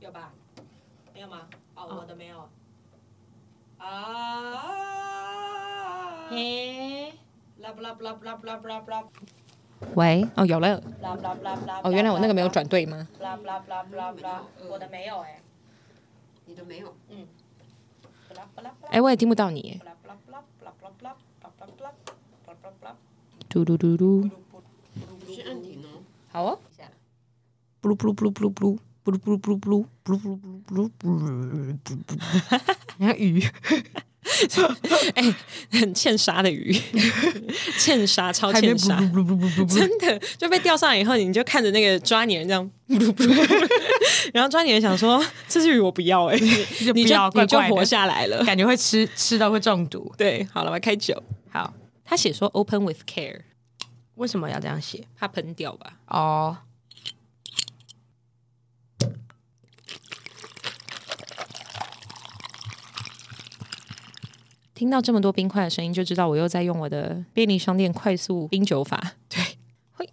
有吧？没有吗？哦，哦我的没有。啊！嘿，啦不啦不啦不啦不啦不啦不啦喂，哦有了，啦不啦不啦不啦。哦原来我那个没有。转对吗？啦不啦不啦不啦不啦，我的没有哎。嗯你的没有，嗯。不啦不啦不啦。哎，我也听不到你。不啦不啦不啦不啦不啦不啦不啦不啦不啦不啦。嘟嘟嘟嘟，你是按停哦。好哦。一下，布鲁布鲁布鲁布鲁布鲁布鲁布鲁布鲁布鲁布鲁布鲁布鲁布鲁， 你看鱼， 哎，很欠杀的鱼，欠杀，超欠杀， 真的就被钓上来以后，你就看着那个抓你的人这样， 布鲁布鲁布鲁然后抓你的人想说这只鱼我不 要哎，就不你就要你怪就怪的活下来了。感觉会吃吃到会中毒。对，好了，我要开酒。好，他写说 open with care，为什么要这样写？怕喷掉吧？哦，听到这么多冰块的声音，就知道我又在用我的便利商店快速冰酒法。对，嘿，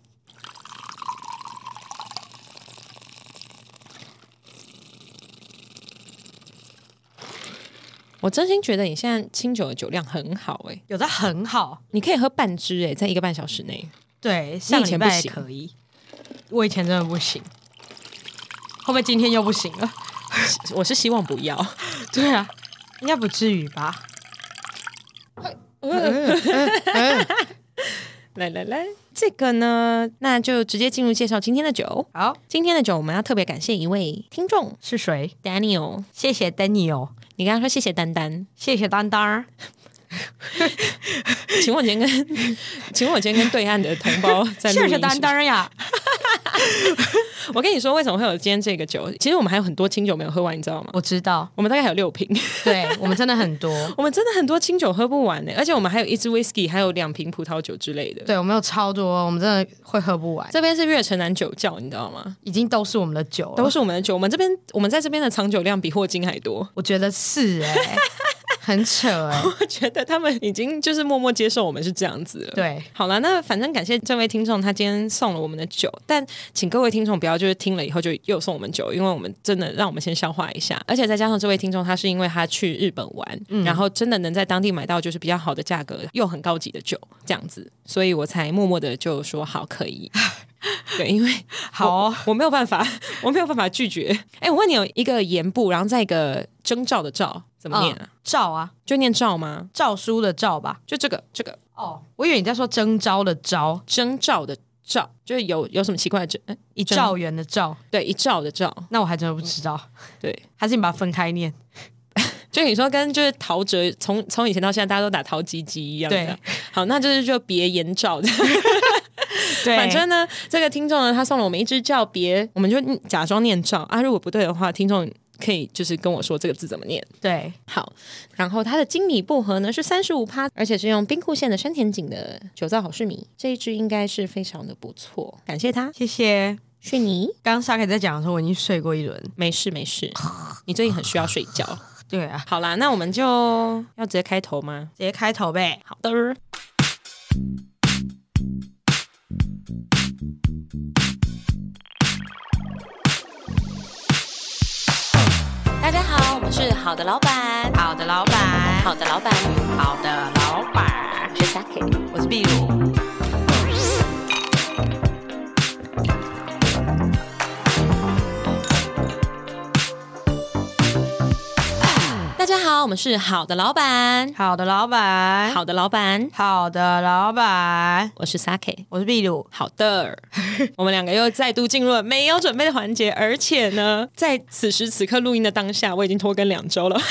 我真心觉得你现在清酒的酒量很好哎、有的很好。你可以喝半支哎、在一个半小时内。对，上礼拜以前不行可以，我以前真的不行，会不会今天又不行了？我是希望不要， 对啊，应该不至于吧？ 来来来，这个呢，那就直接进入介绍今天的酒。好，今天的酒，我们要特别感谢一位听众是谁？ Daniel，谢谢 Daniel，你刚刚说谢谢丹 丹，谢谢丹丹。请我今天跟， 请问我今天跟对岸的同 胞在录音谢谢是吗丹。丹呀！我跟你说，为什么会有今天这个酒？其实我们还有很多清酒没有喝完，你知道吗？我知道，我们大概还有六瓶， 对我们真的很多，我们真的很多清酒喝不完呢、欸而且我们还有一支 whisky，还有两瓶葡萄酒之类的。 对我们有超多，我们真的会喝不完，这边是越城南酒窖，你知道吗？已经都是我们的酒了。都是我们的酒，我们这边我们在这边的藏酒量比霍金还多。 我觉得是哎、 很扯哎、我觉得他们已经就是默默接受我们是这样子了。对，好了，那反正感谢这位听众，他今天送了我们的酒，但请各位听众不要就是听了以后就又送我们酒，因为我们真的让我们先消化一下，而且再加上这位听众他是因为他去日本玩，然后真的能在当地买到就是比较好的价格又很高级的酒这样子，所以我才默默的就说好可以。 对，因为好哦、我没有办法， 我没有办法拒绝。哎、我问你，有一个言部，然后再一个征兆的兆，怎么念啊？照啊，就念兆吗？诏书的诏吧。就这个这个哦，我以为你在说征招的招，征兆的兆，就是有有什么奇怪的征？哎一征兆元的兆，对，一兆的兆，那我还真的不知道。对，还是你把它分开 念。就你说跟就是陶喆从从以前到现在大家都打陶吉吉一样对的，好，那就是就别言兆这样。对反正呢，这个听众呢，他送了我们一支叫别，我们就假装念兆啊，如果不对的话，听众可以就是跟我说这个字怎么念。对，好，然后它的精米薄荷呢是三十五趴，而且是用兵库县的山田井的酒造好事米，这一支应该是非常的不错，感谢他，谢谢。是你。刚刚沙凯在讲的时候，我已经睡过一轮。没事没事，你最近很需要睡觉。对啊，好啦，那我们就要直接开头吗？直接开头呗。好的。大家好，我们是好的老板，好的，老板。好的老板，好的，老板。我是 Saki。我是壁如。大家好，我们是好的老板，好的，老板。好的老板，好的，老板。我是 Saki。我是壁如。好的， 我们两个又再度进入了没有准备的环节，而且呢，在此时此刻录音的当下，我已经拖更两周了。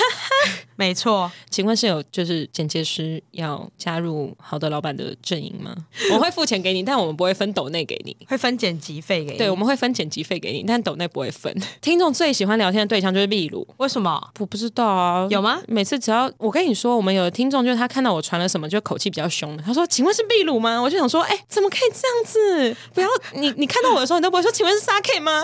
没错，请问是有就是剪接师要加入好的老板的阵营吗？我会付钱给你，但我们不会分抖内给你。会分剪辑费给你。对，我们会分剪辑 费给你，但抖内不会分。听众最喜欢聊天的对象就是秘鲁，为什么？我不知道啊，有吗？每次只要我跟你说，我们有的听众就是他看到我传了什么，就口气比较凶的。他说：“请问是秘鲁吗？”我就想说：“哎、怎么可以这样子？不要你你看到我的时候，你都不会说‘请问是沙 K 吗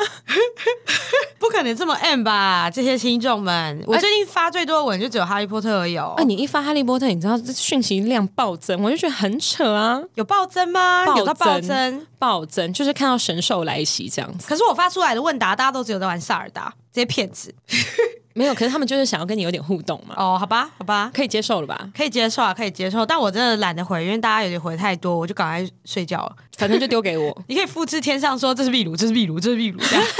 不可能这么 M 吧？这些听众们，我最近发最多的文就只有《哈利波特》而已、 哦？”啊，你一发《哈利波特》，你知道这讯息量暴增，我就觉得很扯啊，有暴增吗？有到暴增？暴增就是看到神兽来袭这样子。可是我发出来的问答，大家都只有在玩萨尔达，这些骗子。没有，可是他们就是想要跟你有点互动嘛，哦，好吧，好吧，可以接受了吧？可以接受啊，可以接受。但我真的懒得回，因为大家有点回太多，我就赶快睡觉了。反正就丢给我。你可以复制天上说这是秘鲁，这是秘鲁，这是秘鲁。这样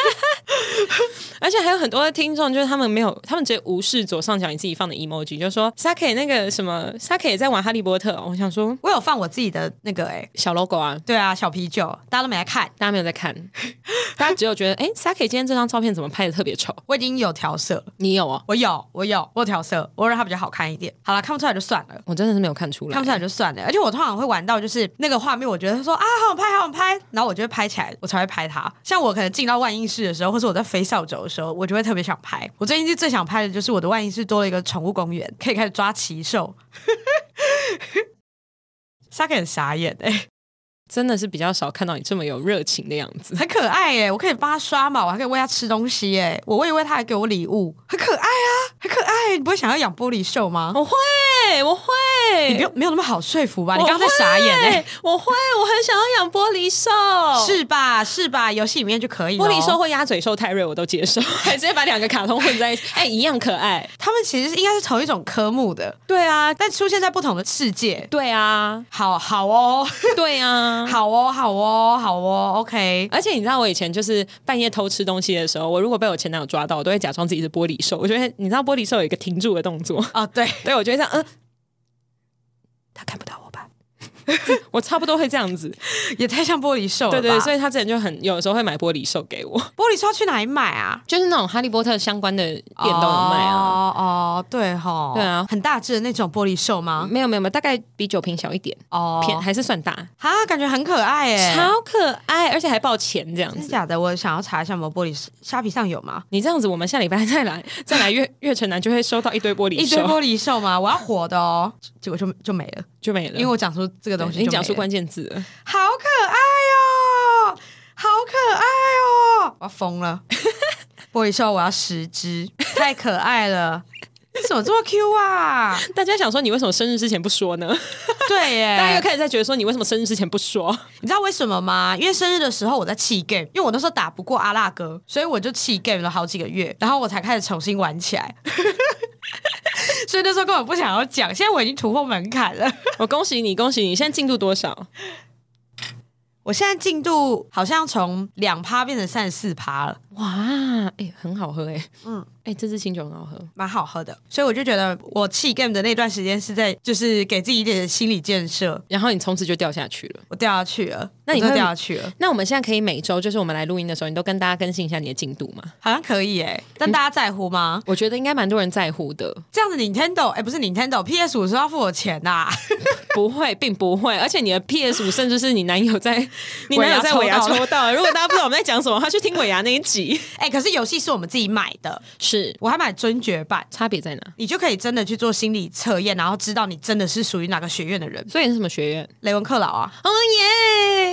而且还有很多的听众，就是他们没有，他们直接无视左上角你自己放的 emoji，就说 Saki 那个什么 Saki 也在玩哈利波特哦、我想说我有放我自己的那个哎、欸小 logo 啊，对啊，小啤酒，大家都没来看，大家没有在看，大家只有觉得哎、s a k i 今天这张照片怎么拍的特别丑？我已经有调色了，你有哦？我有，我有，我有调色，我让它比较好看一点。好了，看不出来就算了。我真的是没有看出来，看不出来就算了，而且我通常会玩到就是那个画面，我觉得说啊好想拍好想拍，然后我就会拍起来，我才会拍它。像我可能进到万应室的时候，或是我在飞扫帚的时候，我就会特别想拍。我最近是最想拍的就是我的万应室多了一个宠物公园，可以开始抓奇兽。沙克很傻眼哎、真的是比较少看到你这么有热情的样子。很可爱哎、我可以帮它刷毛，我还可以喂它吃东西哎、我喂一喂它还给我礼物，很可爱啊，很可爱。你不会想要养玻璃兽吗？ 我会，我会，你不用没有那么好说服啊吧？你刚刚在傻眼哎、我会，我很想要养玻璃兽，哦是吧？是吧？游戏里面就可以咯。玻璃兽或鸭嘴兽、泰瑞我都接受， 还直接把两个卡通混在一起，哎、一样可爱。他们其实是应该是同一种科目的，对啊，但出现在不同的世界。 对啊，好好 哦，对 啊。好哦，好哦，好哦，OK。而且你知道，我以前就是半夜偷吃东西的时候，我如果被我前男友抓到，我都会假装自己是玻璃兽。我觉得你知道，玻璃兽有一个停住的动作，哦，对， 对我就会这样，嗯，他看不到我吧？ 我差不多会这样子，也太像玻璃兽了吧。对对，所以以他之前就很有时候会买玻璃兽给我，玻璃兽要去哪里买啊？就是那种哈利波特相关的店都有卖啊。哦哦，对嗯哈，对啊很大只的那种玻璃兽吗？没有没有没有，大概比酒瓶小一点，哦，偏还是算大，啊，感觉很可爱哎，超可爱，而且还抱钱这样真子。假的？我想要查一下有没有玻璃兽，虾皮上有吗？你这样子，我们下礼拜再来再来月月城南就会收到一堆玻璃一兽，堆玻璃兽吗？我要活的哦，结果就就没了，就没了。因为我讲出这个东西已就没经了，讲出关键字了，好可爱哦，好可爱哦！我要疯 了，玻璃兽哦我要十只，太可爱了。你怎么这么 Q 啊？大家想说你为什么生日之前不说呢？对耶，大家又开始在觉得说你为什么生日之前不说？ 你知道为什么吗？因为生日的时候我在弃 game，因为我那时候打不过阿拉哥，所以我就弃 game 了好几个月，然后我才开始重新玩起 来。所以那时候根本不想要讲，现在我已经突破门槛了。我恭喜你，恭喜你！现在进度多少？我现在进度好像从两趴变成三十四趴了，哇，哎、很好喝哎、嗯嗯，哎、这支清酒很好喝。蛮好喝的。所以我就觉得我弃 game 的那段时间是在就是给自己一点心理建设。然后你从此就掉下去了。我掉下去了，那你我真的会掉下去了，那我们现在可以每周，就是我们来录音的时候，你都跟大家更新一下你的进度吗？好像可以哎、但大家在乎吗？我觉得应该蛮多人在乎的。这样子 Nintendo 哎、不是 Nintendo，PS 五说要付我钱啊呐、不会，并不会，而且你的 PS 五甚至是你男友 在，你男友在尾尾牙牙抽到抽到。如果大家不知道我们在讲什么，他去听尾牙那一 集。 哎、可是游戏是我们自己买的，是我还买尊爵版，差别在哪？你就可以真的去做心理测验，然后知道你真的是属于哪个学院的人。所以你是什么学院？雷文克劳啊，哦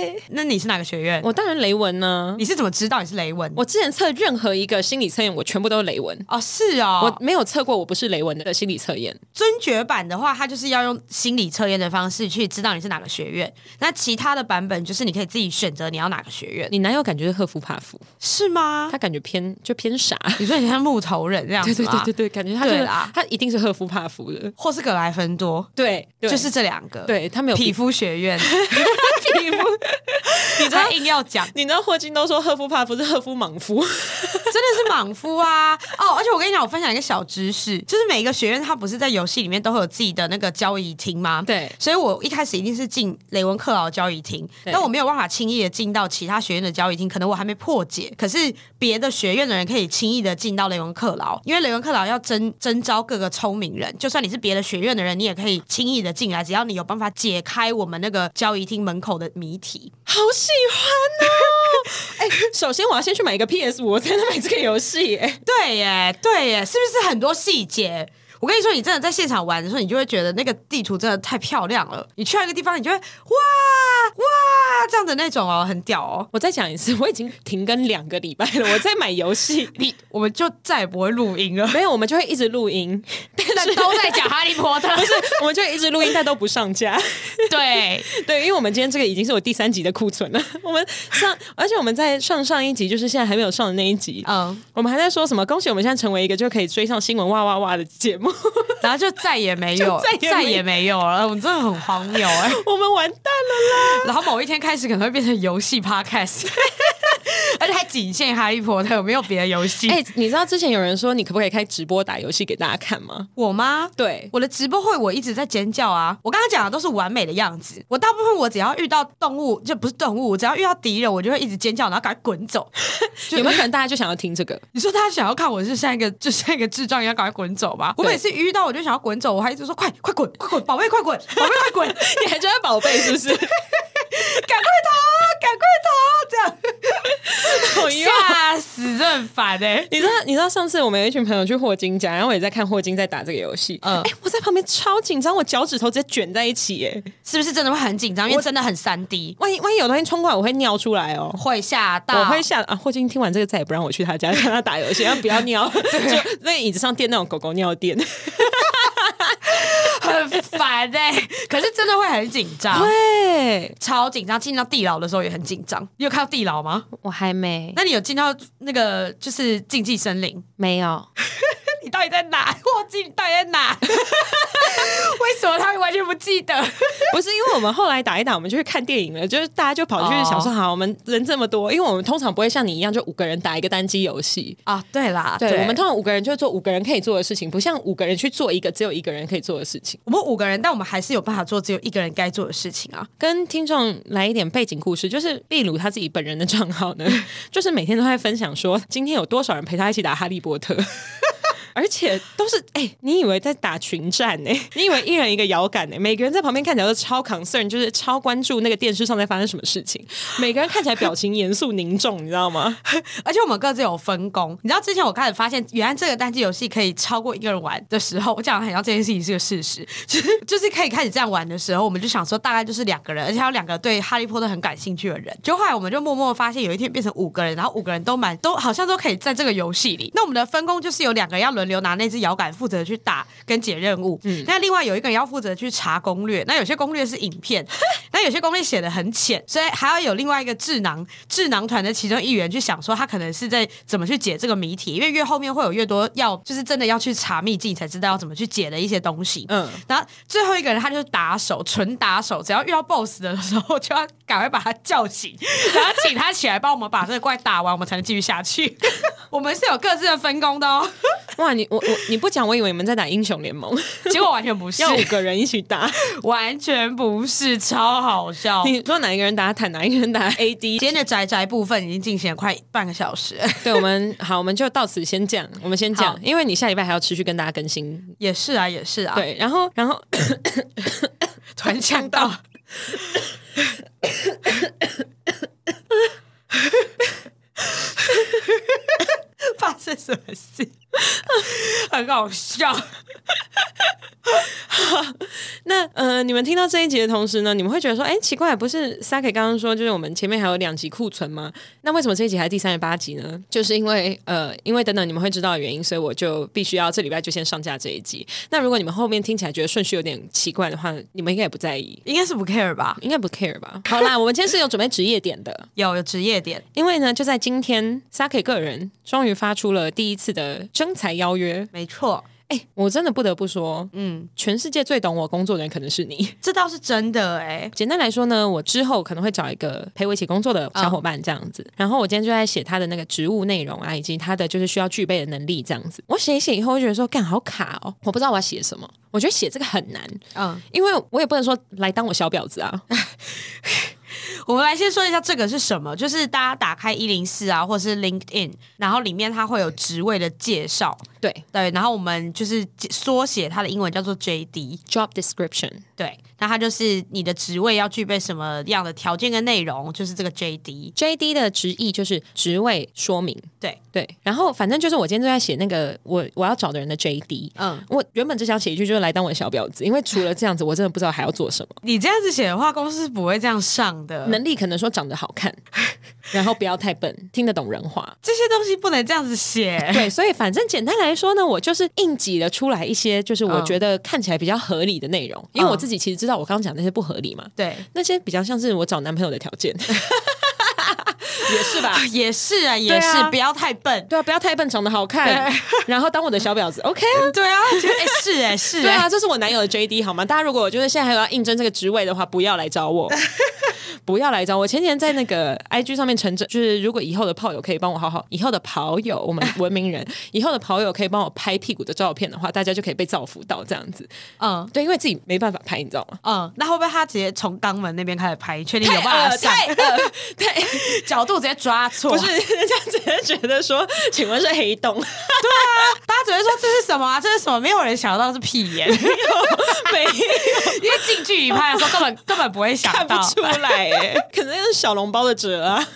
耶！那你是哪个学院？我当然雷文呢、你是怎么知道你是雷文？我之前测任何一个心理测验，我全部都是雷文。哦，是哦我，没有测过我不是雷文的心理测验。尊爵版的话，它就是要用心理测验的方式去知道你是哪个学院。那其他的版本就是你可以自己选择你要哪个学院，你男友感觉是赫夫帕夫，是吗他？感觉偏就偏傻。你说你像木头人这样对子对吗？对对对，对，感觉他就是对啦他一定是赫夫帕夫的。或是格莱芬多，对，对就是这两个。，对他没有皮肤学 院，皮肤。你还硬要讲，你知道霍金都说赫夫帕夫是赫夫莽夫，真的是莽夫啊！哦，而且我跟你讲，我分享一个小知识，就是每一个学院它不是在游戏里面都会有自己的那个交易厅吗？。对，所以我一开始一定是进雷文克劳交易厅，对但我没有办法轻易的进到其他学院的交易厅，可能我还没破解。可是别的学院的人可以轻易的进到雷文克劳，因为雷文克劳要征征招各个聪明人，就算你是别的学院的人，你也可以轻易的进来，只要你有办法解开我们那个交易厅门口的谜题。 好喜欢哦！ 哎、首先我要先去买一个 PS 五，我才能买这个游戏、哎，对耶，对耶，是不是很多细节？我跟你说，你真的在现场玩的时候，你就会觉得那个地图真的太漂亮了。你去到一个地方，你就会哇哇这样的那种哦，很屌哦。我再讲一次，我已经停更两个礼拜了，我在买游戏，你我们就再也不会录音 了，没有，我们就会一直录音，但都在讲哈利波特， 不是 我们就会一直录音，但都不上架。对， 对，因为我们今天这个已经是我第三集的库存了。 我们上，而且我们在上上一集，就是现在还没有上的那一集，嗯，我们还在说什么？恭喜我们现在成为一个就可以追上新闻哇哇哇的节目， 然 后就再也没有，就再也没有再也没有了，我们真的很荒谬哎、 我们完蛋了然后某一天开始可能会变成游戏 podcast，而且还仅限哈利波特，没有别的游戏。啦！哎、你知道之前有人说你可不可以开直播打游戏给大家看吗？我吗？对，我的直播会我一直在尖叫啊！我刚刚讲的都是完美的样子，我大部分我只要遇到动物，就不是动物，我只要遇到敌人，我就会一直尖叫，然后赶快滚走。 就有没有可能大家就想要听这个？你说他想要看我是像一个 就像一个智障一样，赶快滚走吧！我对每次遇到我就想要滚走，我还一直说快快滚快滚，宝贝快滚，宝贝快滚， 赶快 你还觉得宝贝是不是？逃，赶快逃， 好这用样吓死，真的很烦哎、你知道，你知道上次我们有一群朋友去霍金家，然后我也在看霍金在打这个游戏。嗯，嗯哎、我在旁边超紧张，我脚趾头直接卷在一起、哎，是不是真的会很紧张？因为真的很三 D，万一万一有东西冲过来，我会尿出来哦。会吓到，我会吓啊！霍金听完这个，再也不让我去他家 看他打游戏，然后不要尿， 就那椅子上垫那种狗狗尿垫。很烦哎、 可是真的会很紧 张，对，超紧张。进到地牢的时候也很紧张。你有看到地牢吗？我还没那你有进到那个就是竞技森林？没有，你到底在哪？ 我记你到底在哪？ 为什么他完全不记得？ 不是因为我们后来打一打，我们就去看电影了，就是大家就跑去哦想说，好，我们人这么多，因为我们通常不会像你一样，就五个人打一个单机游戏。啊，对啦，对，我们通常五个人就做五个人可以做的事情，不像五个人去做一个只有一个人可以做的事情。我们五个人，但我们还是有办法做只有一个人该做的事情啊。跟听众来一点背景故事，就是秘鲁他自己本人的账号呢，就是每天都在分享说今天有多少人陪他一起打哈利波特。而且都是哎、你以为在打群战呢、你以为一人一个摇杆呢、每个人在旁边看起来都超 concern，就是超关注那个电视上在发生什么事情，每个人看起来表情严肃凝重，你知道吗？而且我们各自有分工。你知道之前我开始发现，原来这个单机游戏可以超过一个人玩的时候，我讲得很像这件事情是个事实，就是就是可以开始这样玩的时候，我们就想说大概就是两个人，而且还有两个对哈利波特很感兴趣的人。就后来我们就默默地发现，有一天变成五个人，然后五个人都蛮都好像都可以在这个游戏里。那我们的分工就是有两个人要轮流拿那只摇杆负责去打跟解任务，那另外有一个人要负责去查攻略。那有些攻略是影片， 那有些攻略写的很浅，所以还要有另外一个智囊智囊团的其中一员去想说，他可能是在怎么去解这个谜题，因为越后面会有越多要，就是真的要去查秘境才知道要怎么去解的一些东西。嗯嗯，然后最后一个人他就是打手，纯打手，只要遇到 BOSS 的时候，就要赶快把他叫醒，然后请他起来帮我们把这个怪打完，我们才能继续下 去。我们是有各自的分工的哦，哇，你我我你不讲，我以为你们在打英雄联盟，结果完全不是，要五个人一起打。完全不是，超好笑。你说哪一个人打坦，哪一个人打 AD，今天的宅宅部分已经进行了快半个小时， 对，我们好，我们就到此先讲，我们先讲好，因为你下礼拜还要持续跟大家更新。也是啊，也是啊，，对，然后，然后，突然呛到， 发生什么事？ 很好笑，那呃，你们听到这一集的同时呢，你们会觉得说，哎，奇怪，不是 Saki 刚刚说，就是我们前面还有两集库存吗？那为什么这一集还是第三十八集呢？就是因为呃，因为等等你们会知道的原因，所以我就必须要这礼拜就先上架这一集。那如果你们后面听起来觉得顺序有点奇怪的话，你们应该也不在意。应该是不 care 吧？应该不 care 吧？好啦，我们今天是有准备职业点的，有有职业点，因为呢，就在今天，Saki 个人终于发出了第一次的征才邀约。没错，哎、我真的不得不说，嗯，全世界最懂我工作的人可能是你。 这倒是真的哎、简单来说呢，我之后可能会找一个陪我一起工作的小伙伴这样子。然后我今天就在写他的那个职务内容啊，以及他的就是需要具备的能力这样子。我写一写以后，我就觉得说，干好卡哦，我不知道我要写什么。我觉得写这个很难，嗯，因为我也不能说来当我小婊子啊，我们来先说一下这个是什么，就是大家打开一零四啊，或是 LinkedIn，然后里面它会有职位的介绍， 对对，然后我们就是缩写它的英文叫做 JD， ，job description，对，那它就是你的职位要具备什么样的条件跟内容，就是这个 JD， JD 的直译就是职位说明，对对。然后反正就是我今天就在写那个我我要找的人的 JD。嗯，我原本只想写一句就是来当我的小婊子，因为除了这样子，我真的不知道还要做什么。你这样子写的话，公司是不会这样上的，能力可能说长得好看，然后不要太笨，听得懂人话。这些东西不能这样子写，对，所以反正简单来说呢，我就是硬挤了出来一些，就是我嗯觉得看起来比较合理的内容，因为我自己其实知道我刚刚讲那些不合理嘛， 对。那些比较像是我找男朋友的条件， 也是吧？也是啊，也对是，啊不要太笨。对啊，不要太笨，长得好看， 然后当我的小婊子，OK 啊。对啊，我觉得哎、是哎、是对哎、啊，这是我男友的 JD 好吗？大家如果就是现在还有要应征这个职位的话，不要来找我， 不要来找我。前几天在那个 IG 上面陈真，就是如果以后的炮友可以帮我好好，以后的跑友，我们文明 人，以后的跑友可以帮我拍屁股的照片的话，大家就可以被造福到这样子。嗯对，因为自己没办法拍，你知道吗？嗯，那会不会他直接从肛门那边开始拍？你确哎定有 办法上？太呃，对，角度直接抓错，不是 人家只是觉得说，请问是黑洞？ 大家只会说这是什么啊？这是什么？没有人想到是屁 眼，因没有为近距离拍的时候根本根本不会想看不到，出来耶， 可能是小笼包的褶啊，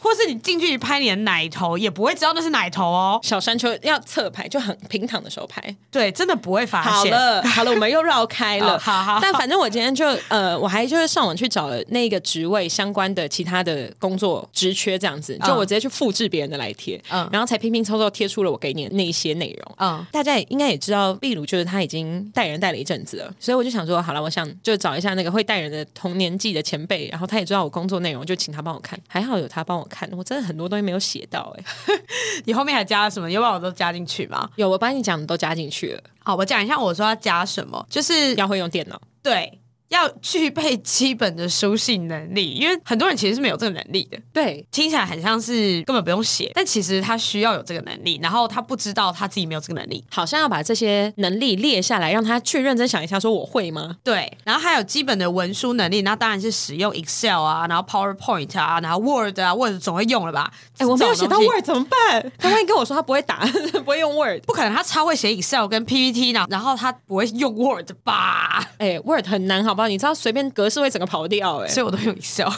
或是你近距离拍你的奶头也不会知道那是奶头哦。小山丘要侧拍，就很平躺的时候拍。对，真的不会发好现。了，好了，我们又绕开了。 哦好好好但反正我今天就呃，我还就是上网去找了那个职位相关的其他的工作职缺，这样子，就我直接去复制别人的来贴，嗯然后才拼拼凑凑贴出了我给你的那一些内容。嗯大家也应该也知道，秘鲁就是他已经带人带了一阵子了，所以我就想说，好了，我想就找一下那个会带人的同年纪的前辈，然后他也知道我工作内容，就请他帮我看。还好有他帮我看，我真的很多东西没有写到、欸，你后面还加了什么？要不然我都加进去嘛。有我把你讲的都加进去了，好，我讲一下我说要加什么，就是要会用电脑。对要具备基本的书信能力，因为很多人其实是没有这个能力的。对，听起来很像是根本不用写，但其实他需要有这个能力，然后他不知道他自己没有这个能力。好像要把这些能力列下来，让他去认真想一下，说我会吗？对，然后还有基本的文书能力，那当然是使用 Excel 啊，然后 PowerPoint 啊，然后 Word 啊，Word 总会用了吧？哎、我没有这写种到东西 Word 怎么办？ 他万一跟我说他不会打， 不会用 Word，不可能，他超会写 Excel 跟 PPT，然后然后他不会用 Word 吧？哎、w o r d 很难，好不好？你知道随便格式会整个跑掉、哎。所以我都用 Excel，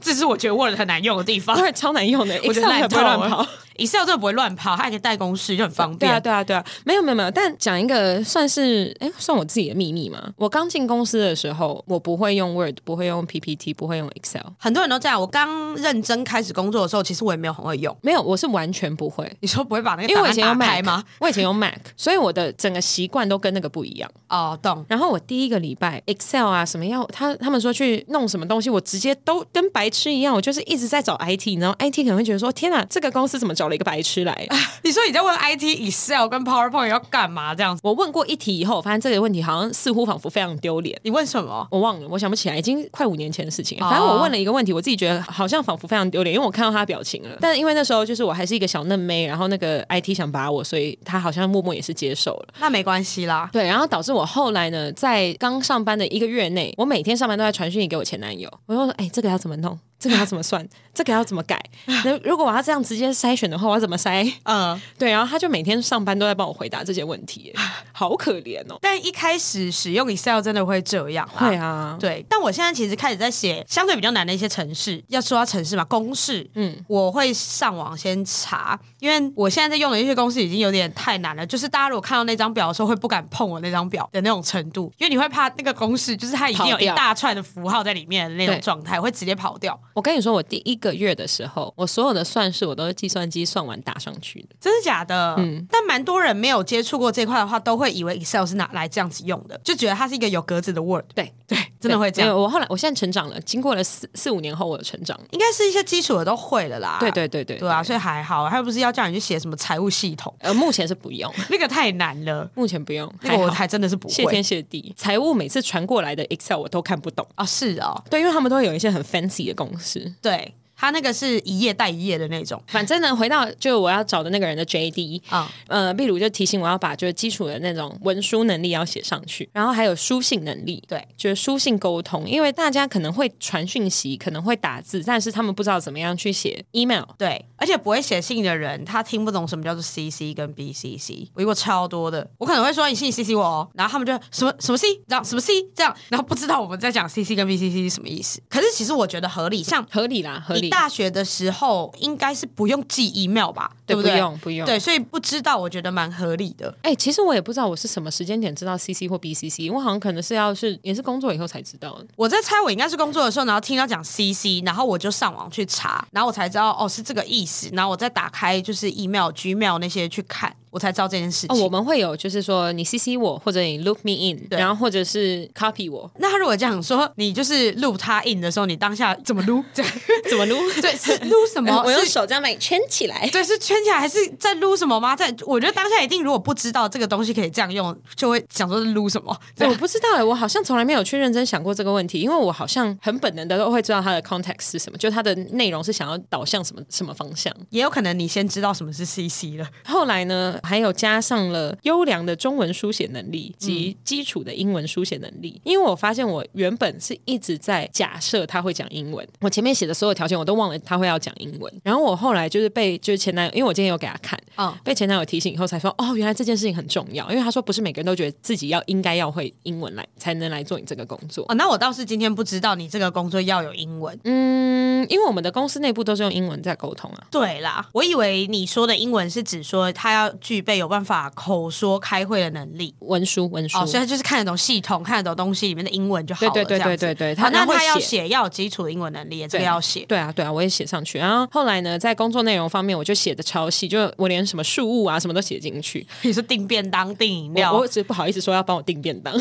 这是我觉得 Word 很难用的地方。 Word 超难用的，我觉 Excel 得烂才不透会乱了跑。 Excel 真的不会乱跑，它还可以带公式，就很方对便。啊，对啊，对啊，没有没有没有，但讲一个算是哎，算我自己的秘密嘛。我刚进公司的时候，我不会用 Word，不会用 PPT，不会用 Excel，很多人都这样。我刚认真开始工作的时候，其实我也没有很会用。没有，我是完全不会。你说不会把那个因为我以前用档案打开 Mac 吗？？我以前用 Mac，所以我的整个习惯都跟那个不一样。哦，懂。然后我第一个礼拜 Excel 啊什么要他他们说去弄什么东西，我直接都跟白痴一样，我就是一直在找 IT，然后 IT 可能会觉得说天哪，这个公司怎么找了一个白痴 来？你说你在问 IT、Excel 跟 PowerPoint 要干嘛这样子？我问过一题以后，我发现这个问题好像似乎仿佛非常丢脸。你问什么？我忘了，我想不起来，已经快五年前的事情了。哦反正我问了一个问题，我自己觉得好像仿佛非常丢脸，因为我看到他的表情了。但因为那时候就是我还是一个小嫩妹，然后那个 IT 想把我，所以他好像默默也是接受了。那没关系啦。对，然后导致我后来呢，在刚上班的一个月内，我每天上班都在传讯给我前男友，我就说：“哎、这个要怎么弄？这个要怎么算？这个要怎么改？那如果我要这样直接筛选的话，我要怎么筛嗯，？”对，然后他就每天上班都在帮我回答这些问题，好可怜哦。但一开始使用 Excel 真的会这样啦。会啊，对，但我现在其实开始在写相对比较难的一些程式，要说到程式嘛，公式，嗯，我会上网先查，因为我现在在用的一些公式已经有点太难了，就是大家如果看到那张表的时候，会不敢碰我那张表的那种程度，因为你会怕那个公式就是它已经有跑一掉大串的符号在里面的那对种状态，会直接跑掉。我跟你说，我第一个月的时候，我所有的算式我都是计算机算完打上去的。真的假的？嗯，但蛮多人没有接触过这块的话，都会以为 Excel 是拿来这样子用的，就觉得它是一个有格子的 Word。对，对，真的会这没样。有我后来，我现在成长了，经过了四四五年后，我有成长了。应该是一些基础的都会了啦。对对对对对啊，所以还好，还不是要叫你去写什么财务系 统，呃，目前是不用，那个太难了，目前不用，那个我好还真的是不谢天会。谢地，财务每次传过来的 Excel 我都看不懂。哦，是哦，对，因为他们都会有一些很 fancy 的公式。对。他那个是一页带一页的那种反正呢，回到就我要找的那个人的 JD，啊、呃，秘鲁就提醒我要把就是基础的那种文书能力要写上去，然后还有书信能力，对，就是书信沟通，因为大家可能会传讯息，可能会打字，但是他们不知道怎么样去写 email。对，而且不会写信的人，他听不懂什么叫做 CC 跟 BCC。我遇过超多的，我可能会说你信 CC 我、哦，然后他们就什么什么 C 这样，什么 C 这样，然后不知道我们在讲 CC 跟 BCC 是什么意思。可是其实我觉得合理，像合理啦，合你理。大学的时候应该是不用寄 email 吧，对不对？用不用对，所以不知道我觉得蛮合理的。哎、其实我也不知道我是什么时间点知道 CC 或 BCC，我好像可能是要是也是工作以后才知道的。我在猜，我应该是工作的时候，然后听到讲 CC，然后我就上网去查，然后我才知道哦是这个意思，然后我再打开就是 email、Gmail 那些去看，我才知道这件事哦，情。我们会有就是说你 CC 我，或者你 look me in，对然后或者是 copy 我，那他如果这样说，你就是录他印的时候，你当下怎么 录？这样怎么撸？对是录什 么？哎我用是手这样把你圈起来。对是圈起来还是在录什么吗？在我觉得当下一定如果不知道这个东西可以这样用，就会想说是录什么。对，我不知道哎、我好像从来没有去认真想过这个问题，因为我好像很本能的都会知道它的 context 是什么，就它的内容是想要导向什么什么方向。也有可能你先知道什么是 CC 了，后来呢，还有加上了优良的中文书写能力及基础的英文书写能力，因为我发现我原本是一直在假设他会讲英文，我前面写的所有条件我都忘了他会要讲英文，然后我后来就是被就是前男友，因为我今天有给他看，嗯被前男友提醒以后才说，哦，原来这件事情很重要，因为他说不是每个人都觉得自己要应该要会英文来才能来做你这个工作。哦，那我倒是今天不知道你这个工作要有英文。嗯，因为我们的公司内部都是用英文在沟通啊。对啦，我以为你说的英文是指说他要具备有办法口说开会的能力文书，文书，哦，所以他就是看得懂系统、看得懂东西里面的英文就好了。对对对这样子对对对他好那他会他要写写要有基础的英文能力，这个对要写。 对啊，对啊，我也写上去。然后后来呢，在工作内容方面，我就写的超细，就我连什么事物啊什么都写进去。你说订便当、订饮料，我我只不好意思说要帮我订便当，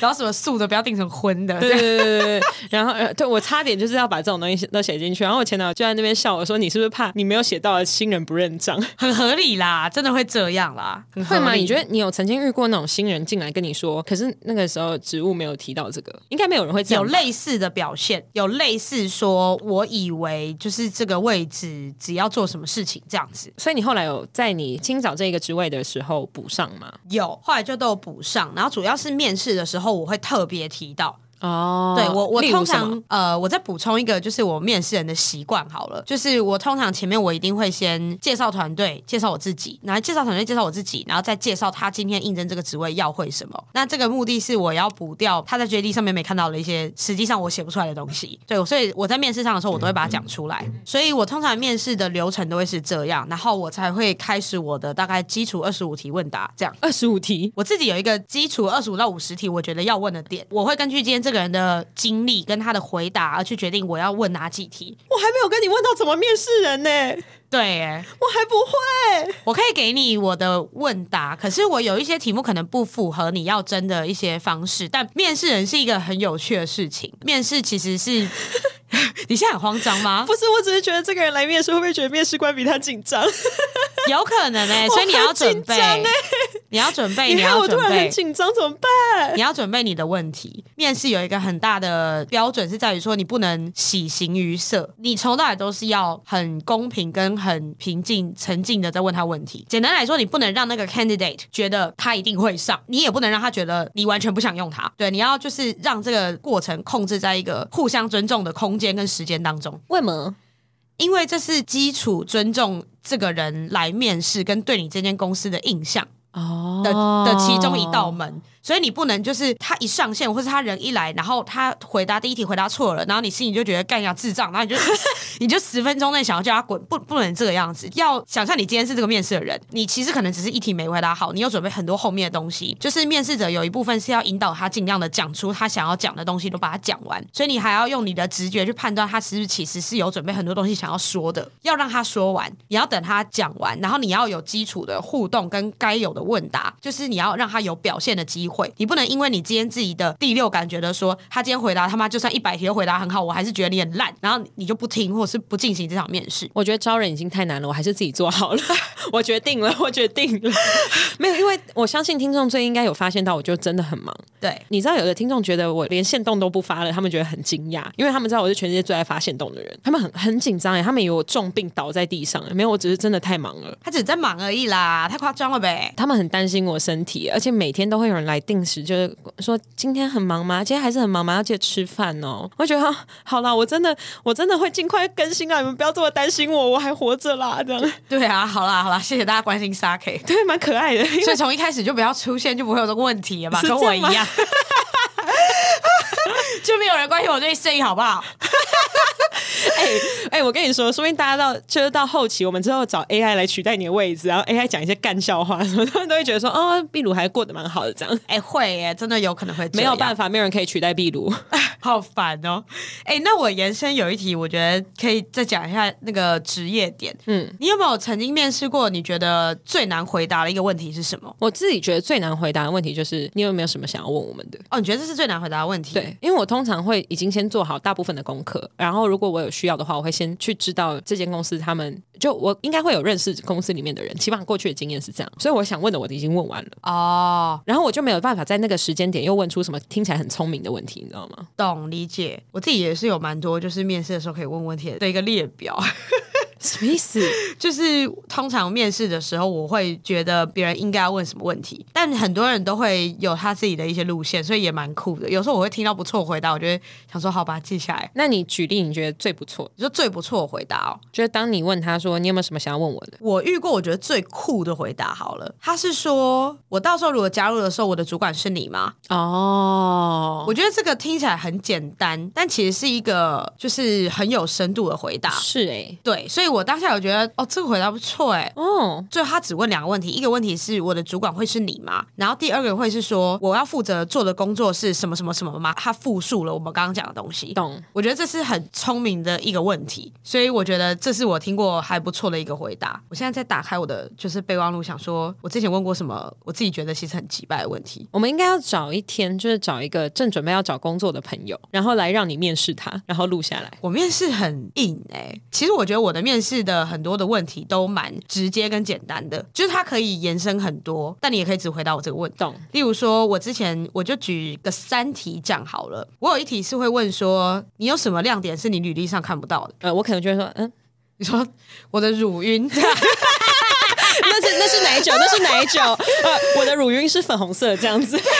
然后什么素的不要订成荤的。对 这样对对对对。然后呃，对我差点就是要把这种东西都写进去。然后我前男友就在那边笑我说：“你是不是怕你没有写到新人不认账？很合理啦，真的会这样啦，很合会理吗？你觉得你有曾经遇过那种新人进来跟你说，可是那个时候职务没有提到这个，应该没有人会这样有吧。类似的表现，有类似说，我以为就是这个位置只要做什么事情这样子，所以你后来有在你清早这个职位的时候补上吗？有后来就都有补上，然后主要是面试的时候我会特别提到，哦对我，我例如通什么常呃，我再补充一个，就是我面试人的习惯好了，就是我通常前面我一定会先介绍团队，介绍我自己，然后介绍团队，介绍我自己，然后再介绍他今天应征这个职位要会什么。那这个目的是我要补掉他在 JD 上面没看到的一些实际上我写不出来的东西。对，我所以我在面试上的时候，我都会把它讲出来。嗯所以我通常面试的流程都会是这样，然后我才会开始我的大概基础二十五题问答这样。二十五题，我自己有一个基础二十五到五十题，我觉得要问的点，我会根据今天这个人的经历跟他的回答而去决定我要问哪几题。我还没有跟你问到怎么面试人呢、对耶，我还不会。我可以给你我的问答，可是我有一些题目可能不符合你要争的一些方式。但面试人是一个很有趣的事 情，面试其实是 你现在很慌张吗？不是，我只是觉得这个人来面试，会不会觉得面试官比他紧张？ 有可能哎、所以你要准 备我很紧张，你要准备，哎你你看要我突准然备很。紧张，怎么办？你要准备你的问题。面试有一个很大的标准是在于说，你不能喜形于色，你从头到尾都是要很公平跟很平静、沉静的在问他问题。简单来说，你不能让那个 candidate 觉得他一定会上，你也不能让他觉得你完全不想用他。对，你要就是让这个过程控制在一个互相尊重的空间跟时间当中。为么？因为这是基础尊重这个人来面试跟对你这间公司的印象哦的的其中一道门，所以你不能就是他一上线，或是他人一来，然后他回答第一题回答错了，然后你心里就觉得干呀智障，然后你就你就十分钟内想要叫他滚，不不能这个样子。要想象你今天是这个面试的人，你其实可能只是一题没回答好，你有准备很多后面的东西，就是面试者有一部分是要引导他尽量的讲出他想要讲的东西，都把它讲完，所以你还要用你的直觉去判断他是不是其实是有准备很多东西想要说的，要让他说完，你要等他讲完，然后你要有基础的互动跟该有的问答，就是你要让他有表现的机会。你不能因为你今天自己的第六感觉得说，他今天回答他妈就算一百题都回答很好，我还是觉得你很烂，然后你就不听或是不进行这场面试。我觉得招人已经太难了，我还是自己做好了。 我决定了，我决定 了。没有，因为我相信听众最应该有发现到，我就真的很忙。对，你知道，有的听众觉得我连线动都不发了，他们觉得很惊讶，因为他们知道我是全世界最爱发线动的人，他们很很紧张哎，他们以为我重病倒在地上、欸，没有，我只是真的太忙了。他只是在忙而已啦，太夸张了呗。他们很担心我身体，而且每天都会有人来定时，就是说今天很忙吗？今天还是很忙吗？要记得吃饭哦。我觉得啊好啦，我真的我真的会尽快更新啦，你们不要这么担心我，我还活着啦，这样对啊，好啦好啦，谢谢大家关心 Saki。对，蛮可爱的。因所为以从一开始就不要出现，就不会有这个问题了吧？是这跟样我一吗样， 就没有人关心我对声音好不好？ 哎哎、我跟你说，说不定大家到就是到后期，我们之后找 AI 来取代你的位置，然后 AI 讲一些干笑话什么，他们都会觉得说，哦，秘鲁还过得蛮好的这样。哎、会耶、真的有可能会这没有样办法，没有人可以取代秘鲁。好烦哦！哎、那我延伸有一题，我觉得可以再讲一下那个职业点。嗯嗯，你有没有曾经面试过？你觉得最难回答的一个问题是什么？我自己觉得最难回答的问题就是，你有没有什么想要问我们的？哦，你觉得这是最难回答的问题？，对，因为我通常会已经先做好大部分的功课，然后如果我有需要的话，我会先去知道这间公司他们就我应该会有认识公司里面的人，起码过去的经验是这样，所以我想问的我已经问完了，哦，然后我就没有办法在那个时间点又问出什么听起来很聪明的问题，你知道吗？懂理解。我自己也是有蛮多，就是面试的时候可以问问题的一个列表。 什么意思？就是通常面试的时候，我会觉得别人应该要问什么问题，但很多人都会有他自己的一些路线，所以也蛮酷的。有时候我会听到不错回答，我就会想说，好吧，记下来。那你举例，你觉得最不错，你说最不错的回答哦，就是当你问他说你有没有什么想要问我的，我遇过我觉得最酷的回答好了，他是说我到时候如果加入的时候，我的主管是你吗？哦，我觉得这个听起来很简单，但其实是一个就是很有深度的回答。是哎、对，所以我当下我觉得哦，这个回答不错哎。哦，最后他只问两个问题，一个问题是我的主管会是你吗？然后第二个会是说我要负责做的工作是什么什么什么吗？他复述了我们刚刚讲的东西。懂。我觉得这是很聪明的一个问题，所以我觉得这是我听过还不错的一个回答。我现在在打开我的就是备忘录，想说我之前问过什么，我自己觉得其实很击败的问题。我们应该要找一天，就是找一个正准备要找工作的朋友，然后来让你面试他，然后录下来。我面试很硬哎、其实我觉得我的面试的很多的问题都蛮直接跟简单的，就是它可以延伸很多，但你也可以只回答我这个问题。懂？例如说，我之前我就举个三题讲好了，我有一题是会问说你有什么亮点是你履历上看不到的？呃，我可能就会说，嗯，你说我的乳晕。 那是那是哪一种？那是哪一种？ 呃，我的乳晕是粉红色，这样子。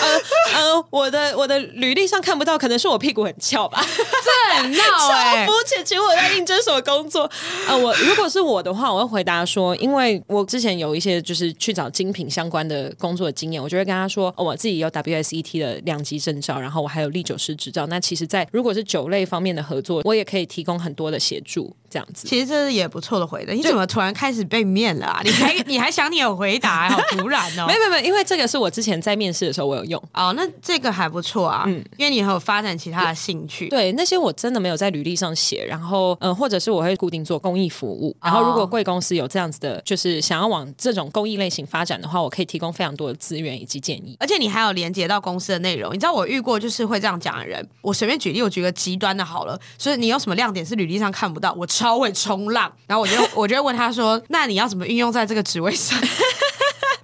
呃呃，我的我的履历上看不到，可能是我屁股很翘吧，这很闹哎、超肤浅。请问我在应征什么工作？ 呃，我如果是我的话，我会回答说，因为我之前有一些就是去找精品相关的工作的经验，我就会跟他说，哦、我自己有 WSET 的两级证照，然后我还有历酒师执照。那其实在，如果是酒类方面的合作，我也可以提供很多的协助，这样子。其实这是也不错的回答。你怎么突然开始被面了啊？你 还你还想你有回答、好突然哦没。有没有没有，因为这个是我之前在面试的时候我有用。哦，那这个还不错啊，因为你还有发展其他的兴趣。嗯对，那些我真的没有在履历上写，然后嗯、呃或者是我会固定做公益服务。然后如哦果贵公司有这样子的，就是想要往这种公益类型发展的话，我可以提供非常多的资源以及建议。而且你还有连接到公司的内容，你知道我遇过就是会这样讲的人。我随便举例，我举个极端的好了，所以你有什么亮点是履历上看不到？我超会冲浪，然后我就我就会问他说：“那你要怎么运用在这个职位上？”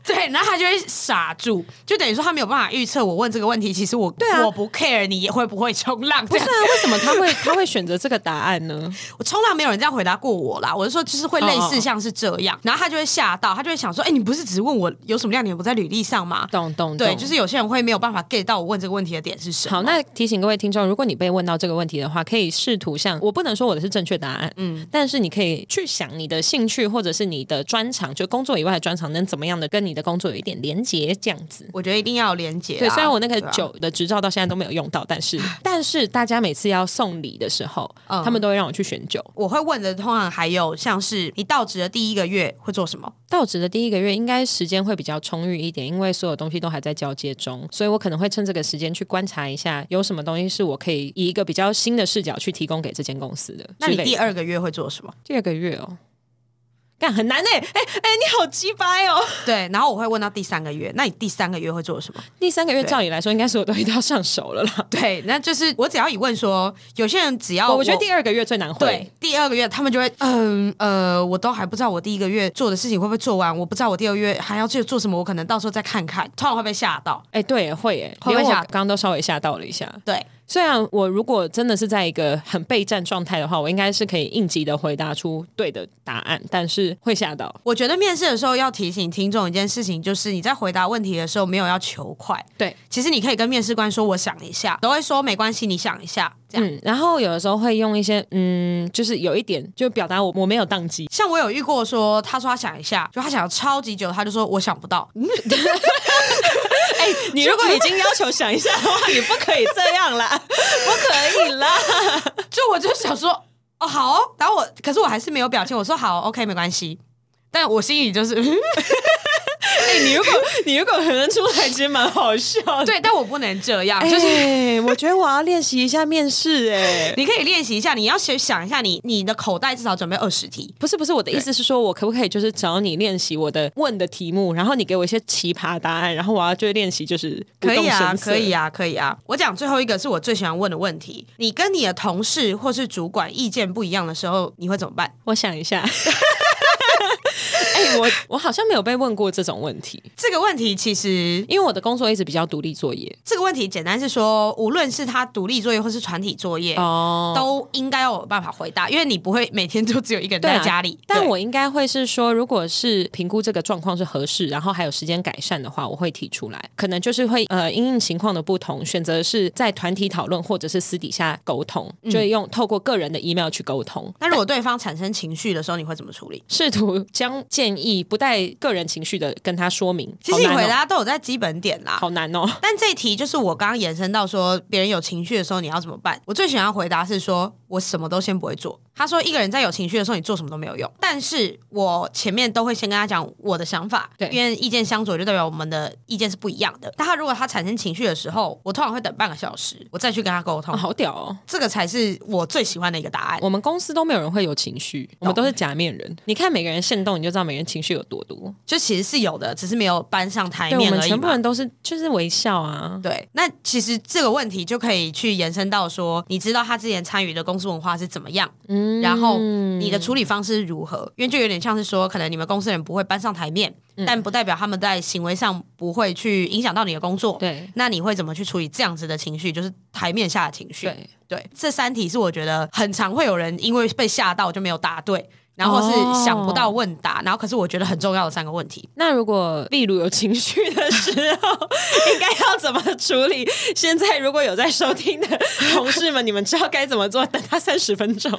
对，然后他就会傻住，就等于说他没有办法预测我问这个问题。其实我对啊我不 care 你会不会冲浪，不不是啊，为什么他会他会选择这个答案呢？我冲浪没有人这样回答过我啦，我是说就是会哦类似像是这样，然后他就会吓到，他就会想说，哎、你不是只问我有什么亮点不在履历上吗？懂懂对，懂就是有些人会没有办法 get 到我问这个问题的点是什么。好，那提醒各位听众，如果你被问到这个问题的话，可以试图像我不能说我的是正确答案，嗯，但是你可以去想你的兴趣或者是你的专长，就工作以外的专长能怎么样的跟你的工作有一点连结，这样子。我觉得一定要有连接、啊。对，虽然我那个对啊酒的执照到现在都没有用到，但 是但是大家每次要送礼的时候，嗯他们都会让我去选酒。我会问的，通常还有像是你到职的第一个月会做什么？到职的第一个月，应该时间会比较充裕一点，因为所有东西都还在交接中，所以我可能会趁这个时间去观察一下，有什么东西是我可以以一个比较新的视角去提供给这间公司的。那你之类的第二个月会做什么？第二个月哦，干很难哎、欸，哎、哎、你好鸡掰哦！对，然后我会问到第三个月，那你第三个月会做什么？第三个月照理来说，应该所有东西都要上手了啦。对，那就是我只要一问说，有些人只要我我觉得第二个月最难会，哦对，第二个月他们就会，嗯呃，我都还不知道我第一个月做的事情会不会做完，我不知道我第二个月还要去做什么，我可能到时候再看看，突然会被吓到。哎、对，会哎、会被连我吓刚刚都稍微吓到了一下。对，虽然我如果真的是在一个很备战状态的话，我应该是可以应急的回答出对的答案，但是会吓到。我觉得面试的时候要提醒听众一件事情，就是你在回答问题的时候没有要求快，对，其实你可以跟面试官说我想一下，都会说没关系，你想一下这样。嗯，然后有的时候会用一些嗯，就是有一点就表达我我没有宕机，像我有遇过说，他说他想一下，就他想了超级久，他就说我想不到， 哎、你如果已经要求想一下的话，你不可以这样啦， 不可以啦。就我就想说，哦好哦然后我可是我还是没有表情，我说好，OK，没关系。但我心里就是， 嗯哎、你如果你如果可能出来，其实蛮好笑的。 对，但我不能这样，哎，就是我觉得我要练习一下面试、哎。你可以练习一下，你要先想一下你，你的口袋至少准备二十题。不是不是，我的意思是说，我可不可以就是找你练习我的问的题目，然后你给我一些奇葩答案，然后我要就练习就是不可动以啊，声色可以啊，可以啊！我讲最后一个是我最喜欢问的问题：你跟你的同事或是主管意见不一样的时候，你会怎么办？我想一下。 哎、我我好像没有被问过这种问题，这个问题其实，因为我的工作一直比较独立作业这个问题简单是说，无论是他独立作业或是团体作业，哦都应该要有办法回答，因为你不会每天都只有一个人对啊在家里。但对我应该会是说，如果是评估这个状况是合适，然后还有时间改善的话，我会提出来。可能就是会呃，因应情况的不同，选择是在团体讨论或者是私底下沟通，就用透过个人的 email 去沟通。嗯那如果对方产生情绪的时候，你会怎么处理？试图将建议不带个人情绪的跟他说明，其实你好难哦回答都有在基本点啦。好难哦。但这一题就是我刚刚延伸到说，别人有情绪的时候你要怎么办？我最喜欢回答是说，我什么都先不会做。他说，一个人在有情绪的时候，你做什么都没有用。但是我前面都会先跟他讲我的想法，对因为意见相左就代表我们的意见是不一样的。但他如果他产生情绪的时候，我通常会等半个小时，我再去跟他沟通。哦好屌哦！这个才是我最喜欢的一个答案。我们公司都没有人会有情绪，我们都是假面人。你看每个人现动，你就知道每个人情绪有多多。就其实是有的，只是没有搬上台对，我面们而已全部嘛人都是就是微笑啊。对，那其实这个问题就可以去延伸到说，你知道他之前参与的公司文化是怎么样，嗯，然后你的处理方式如何？因为就有点像是说，可能你们公司人不会搬上台面，但不代表他们在行为上不会去影响到你的工作。，对那你会怎么去处理这样子的情绪，就是台面下的情绪？对，对，这三题是我觉得很常会有人因为被吓到就没有答对。然后是想不到问答，然后可是我觉得很重要的三个问题，那如果例如有情绪的时候，应该要怎么处理？现在如果有在收听的同事们，你们知道该怎么做？等他三十 分钟，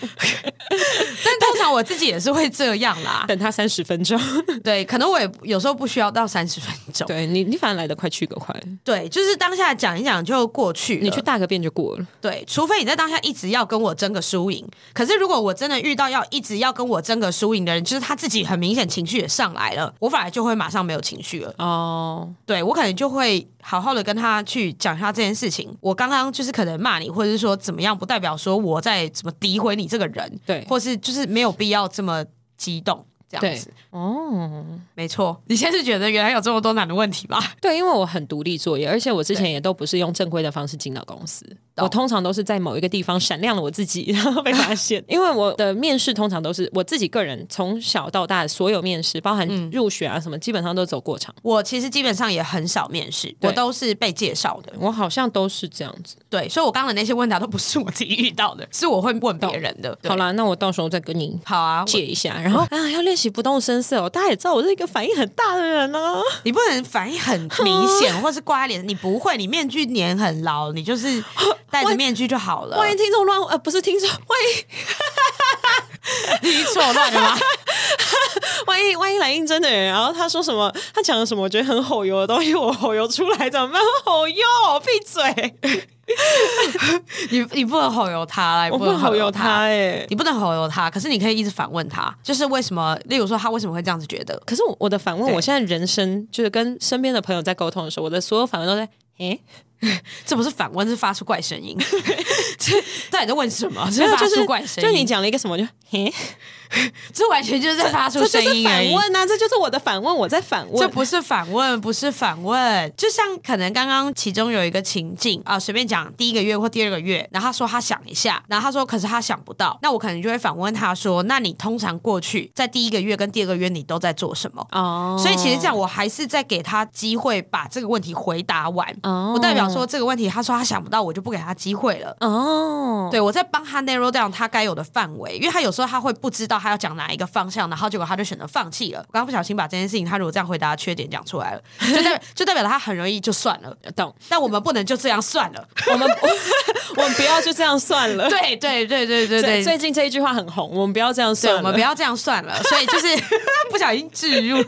但通常我自己也是会这样啦。等他三十分钟。对，可能我也有时候不需要到三十分钟。对你，你反正来得快去得快，对，就是当下讲一讲就过去了。你去大个便就过了。对，除非你在当下一直要跟我争个输赢。可是如果我真的遇到要一直要跟我争个输赢的人，就是他自己很明显情绪也上来了，我反而就会马上没有情绪了。哦，对我可能就会好好的跟他去讲一下这件事情。我刚刚就是可能骂你，或者是说怎么样，不代表说我在怎么诋毁你这个人，对或是就是没有必要这么激动这样对子。，哦，没错，你现在是觉得原来有这么多难的问题吧？对，因为我很独立作业，而且我之前也都不是用正规的方式进到公司，懂我通常都是在某一个地方闪亮了我自己， 然后被发现。因为我的面试通常都是我自己个人从小到大所有面试，包含嗯入学啊什么，基本上都走过场。我其实基本上也很少面试，对我都是被介绍的。我好像都是这样子。对，所以我刚刚的那些问答都不是我自己遇到的，是我会问别人的。对好，啦，那我到时候再跟你。好啊，我借一下，然后啊，要练习不动声色哦。大家也知道我是一个反应很大的人哦。你不能反应很明显，或是挂在脸上，你不会，你面具粘很牢，你就是戴着面具就好了。万一听众乱呃，不是听众，万一你错乱了吗？万一万一来应征的人，然后他说什么，他讲了什么，我觉得很吼油的东西，我吼油出来怎么办？吼油，闭嘴！ 你你不能吼油他啦，你我能不吼吼油油他哎、你不能吼油他，可是你可以一直反问他，就是为什么？例如说他为什么会这样子觉得？可是我我的反问，对我现在人生就是跟身边的朋友在沟通的时候，我的所有反问都在诶，这不是反问，是发出怪声音。这到底在问什么？没这有发就是出怪声就音。你讲了一个什么就诶，这完全就是在发出这就声是音而反已。问啊，这就是我的反问，我在反问。这不是反问，不是反问，就像可能刚刚其中有一个情境啊、随便讲第一个月或第二个月，然后他说他想一下，然后他说可是他想不到，那我可能就会反问他说，那你通常过去在第一个月跟第二个月你都在做什么？哦所以其实这样，我还是在给他机会把这个问题回答完。哦我代表说这个问题，他说他想不到，我就不给他机会了。哦，对，我在帮他 narrow down 他该有的范围，因为他有时候他会不知道他要讲哪一个方向，然后结果他就选择放弃了。我刚刚不小心把这件事情，他如果这样回答缺点讲出来了，就 代表就代表他很容易就算了。懂。但我们不能就这样算了。我们我们不要就这样算了。对对对对对对，最近这一句话很红，我们不要这样对，算了。我们不要这样算了。所以 就是 不小心置入，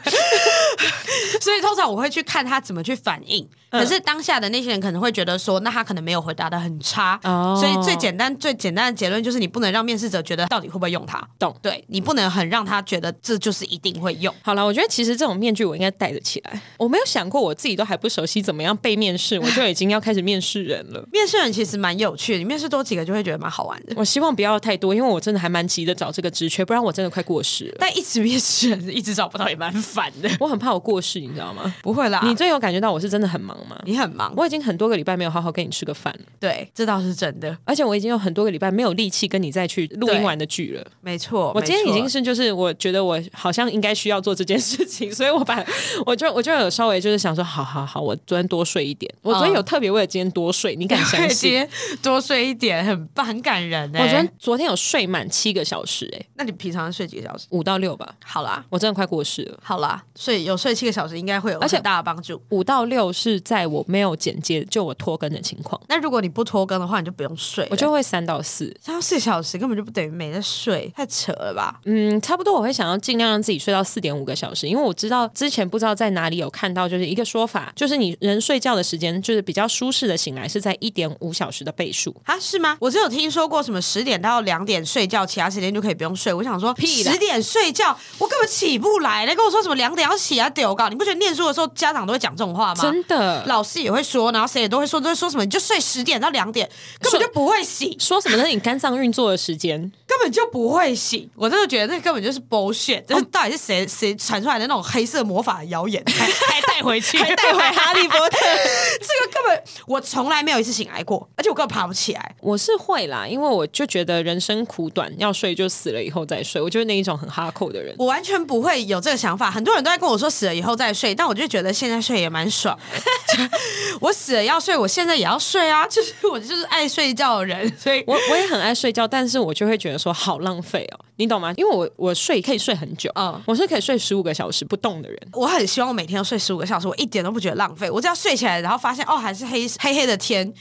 所以通常我会去看他怎么去反应。嗯可是当下的那些人可能会觉得说，那他可能没有回答的很差，哦所以最简单最简单的结论就是，你不能让面试者觉得到底会不会用它。懂对你不能很让他觉得这就是一定会用。好了，我觉得其实这种面具我应该戴得起来。我没有想过我自己都还不熟悉怎么样被面试，我就已经要开始面试人了。 面试人其实蛮有趣的，你面试多几个就会觉得蛮好玩的。我希望不要太多，因为我真的还蛮急的找这个职缺，不然我真的快过世了。但一直面试人一直找不到也蛮烦的。 我很怕我过世，你知道吗？不会啦，你最有感觉到我是真的很忙吗？你很忙，我已经很多个礼拜没有好好跟你吃个饭了，对，这倒是真的，而且我已经有很多个礼拜没有力气跟你再去录音完的剧了。没错。我今天没已错 经是就是我觉得我好像应该需要做这件事情，所以我把 我就我就有稍微就是想说，好好好，我昨天多睡一点。我昨天有特别为了今天多睡，你敢相对， 今信？天多睡一点，很棒，很感人呢、我昨天，昨天有睡满七个小时、欸，哎，那你平常睡几个小时？五到六吧，好啦，我真的快过世了。好啦，睡有睡七个小时，应该会有而且很大的帮助。五到六是在我没有剪接就我拖更的情况，那如果你不拖更的话，你就不用睡了。我就会三到四。三到四小时根本就不等于没在睡，太扯了吧？嗯，差不多我会想要尽量让自己睡到四点五个小时，因为我知道之前不知道在哪里有看到，就是一个说法，就是你人睡觉的时间就是比较舒适的醒来是在一点五小时的倍数。啊，是吗？我只有听说过什么十点到两点睡觉，其他时间就可以不用睡。我想说，屁啦十点睡觉，我根本起不来。你跟我说什么两点要起啊？丢稿！你不觉得念书的时候家长都会讲这种话吗？真的。老师也会说，然后谁也都会说，都会说什么你就睡十点到两点，根本就不会醒。说什么呢？你肝脏运作的时间，根本就不会醒。我真的觉得那根本就是 bullshit，这是到底是谁谁传出来的那种黑色魔法的谣言，还 还带回去， 还带回哈利波特？ 这个根本我从来没有一次醒来过，而且我根本爬不起来。我是会啦，因为我就觉得人生苦短，要睡就死了以后再睡。我就是那一种很哈扣的人。我完全不会有这个想法，很多人都在跟我说死了以后再睡，但我就觉得现在睡也蛮爽 的。我死了要睡，我现在也要睡啊， 就是我就是爱睡觉的人，所以我我也很爱睡觉，但是我就会觉得说好浪费哦，你懂吗？因为我我睡可以睡很久，嗯我是可以睡十五个小时不动的人。我很希望我每天都睡十五个小时，我一点都不觉得浪费。我只要睡起来，然后发现哦，还是黑黑黑的天。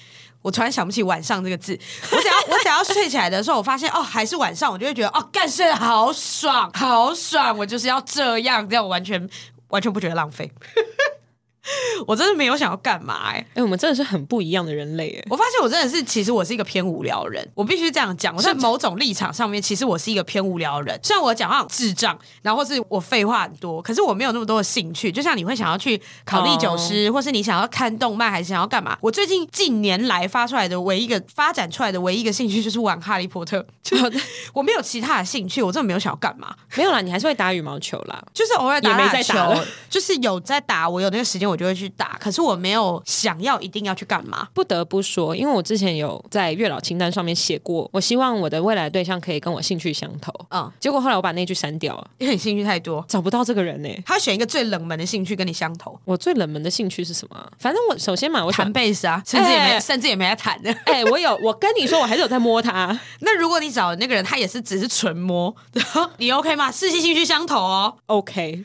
我突然想不起“晚上”这个字。我只要我只要睡起来的时候，我发现哦还是晚上，我就会觉得哦干睡得好爽，好爽！我就是要这样，这样我完全完全不觉得浪费。 我真的没有想要干嘛哎、哎、我们真的是很不一样的人类哎。我发现我真的是，其实我是一个偏无聊的人，我必须这样讲。我在某种立场上面，其实我是一个偏无聊的人。虽然我讲话很智障，然后或是我废话很多，可是我没有那么多的兴趣。就像你会想要去考历九哦师，或是你想要看动漫，还是想要干嘛？我最近近年来发出来的唯一一个发展出来的唯一一个兴趣就是玩哈利波特，哦就是我没有其他的兴趣，我真的没有想要干嘛。 没有啦，你还是会打羽毛球啦。就是偶尔打也没打在球打了，就是有在打，我有那个时间我就会去打，可是我没有想要一定要去干嘛。不得不说，因为我之前有在月老清单上面写过，我希望我的未来对象可以跟我兴趣相投。嗯，结果后来我把那句删掉了，因为你兴趣太多，找不到这个人呢、他会选一个最冷门的兴趣跟你相投，我最冷门的兴趣是什么啊、反正我首先嘛，我弹想，贝斯啊，甚至也没、哎甚至也没在弹 的。哎、我有，我跟你说，我还是有在摸他。那如果你找的那个人，他也是只是纯摸， 然后你 OK 吗？世系兴趣相投哦， OK，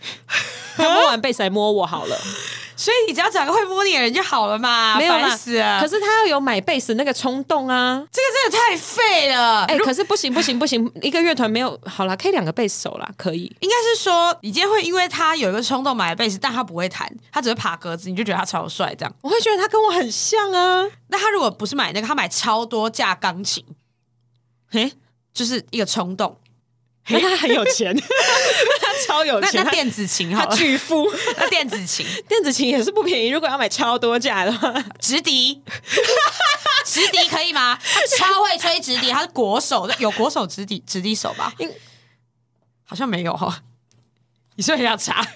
他摸完被谁摸我好了，所以你只要找一个会摸你的人就好了嘛，没有啦啊烦死了。可是他要有买贝斯那个冲动啊！这个真的太废了，哎、可是不行不行不行，一个乐团没有好啦，可以两个贝斯手啦，可以。应该是说你今天会因为他有一个冲动买了贝斯，但他不会弹，他只会爬格子，你就觉得他超帅这样。我会觉得他跟我很像啊。那他如果不是买那个，他买超多架钢琴，嘿、就是一个冲动。那他很有钱，他 超有那钱，那他电子琴好他了，巨富。 那电子琴。 电子琴也是不便宜，如果要买超多架的话，直笛， 直笛可以吗？他超会吹直笛，他是国手，有国手直笛直笛手吧？应好像没有哈、你说也要查，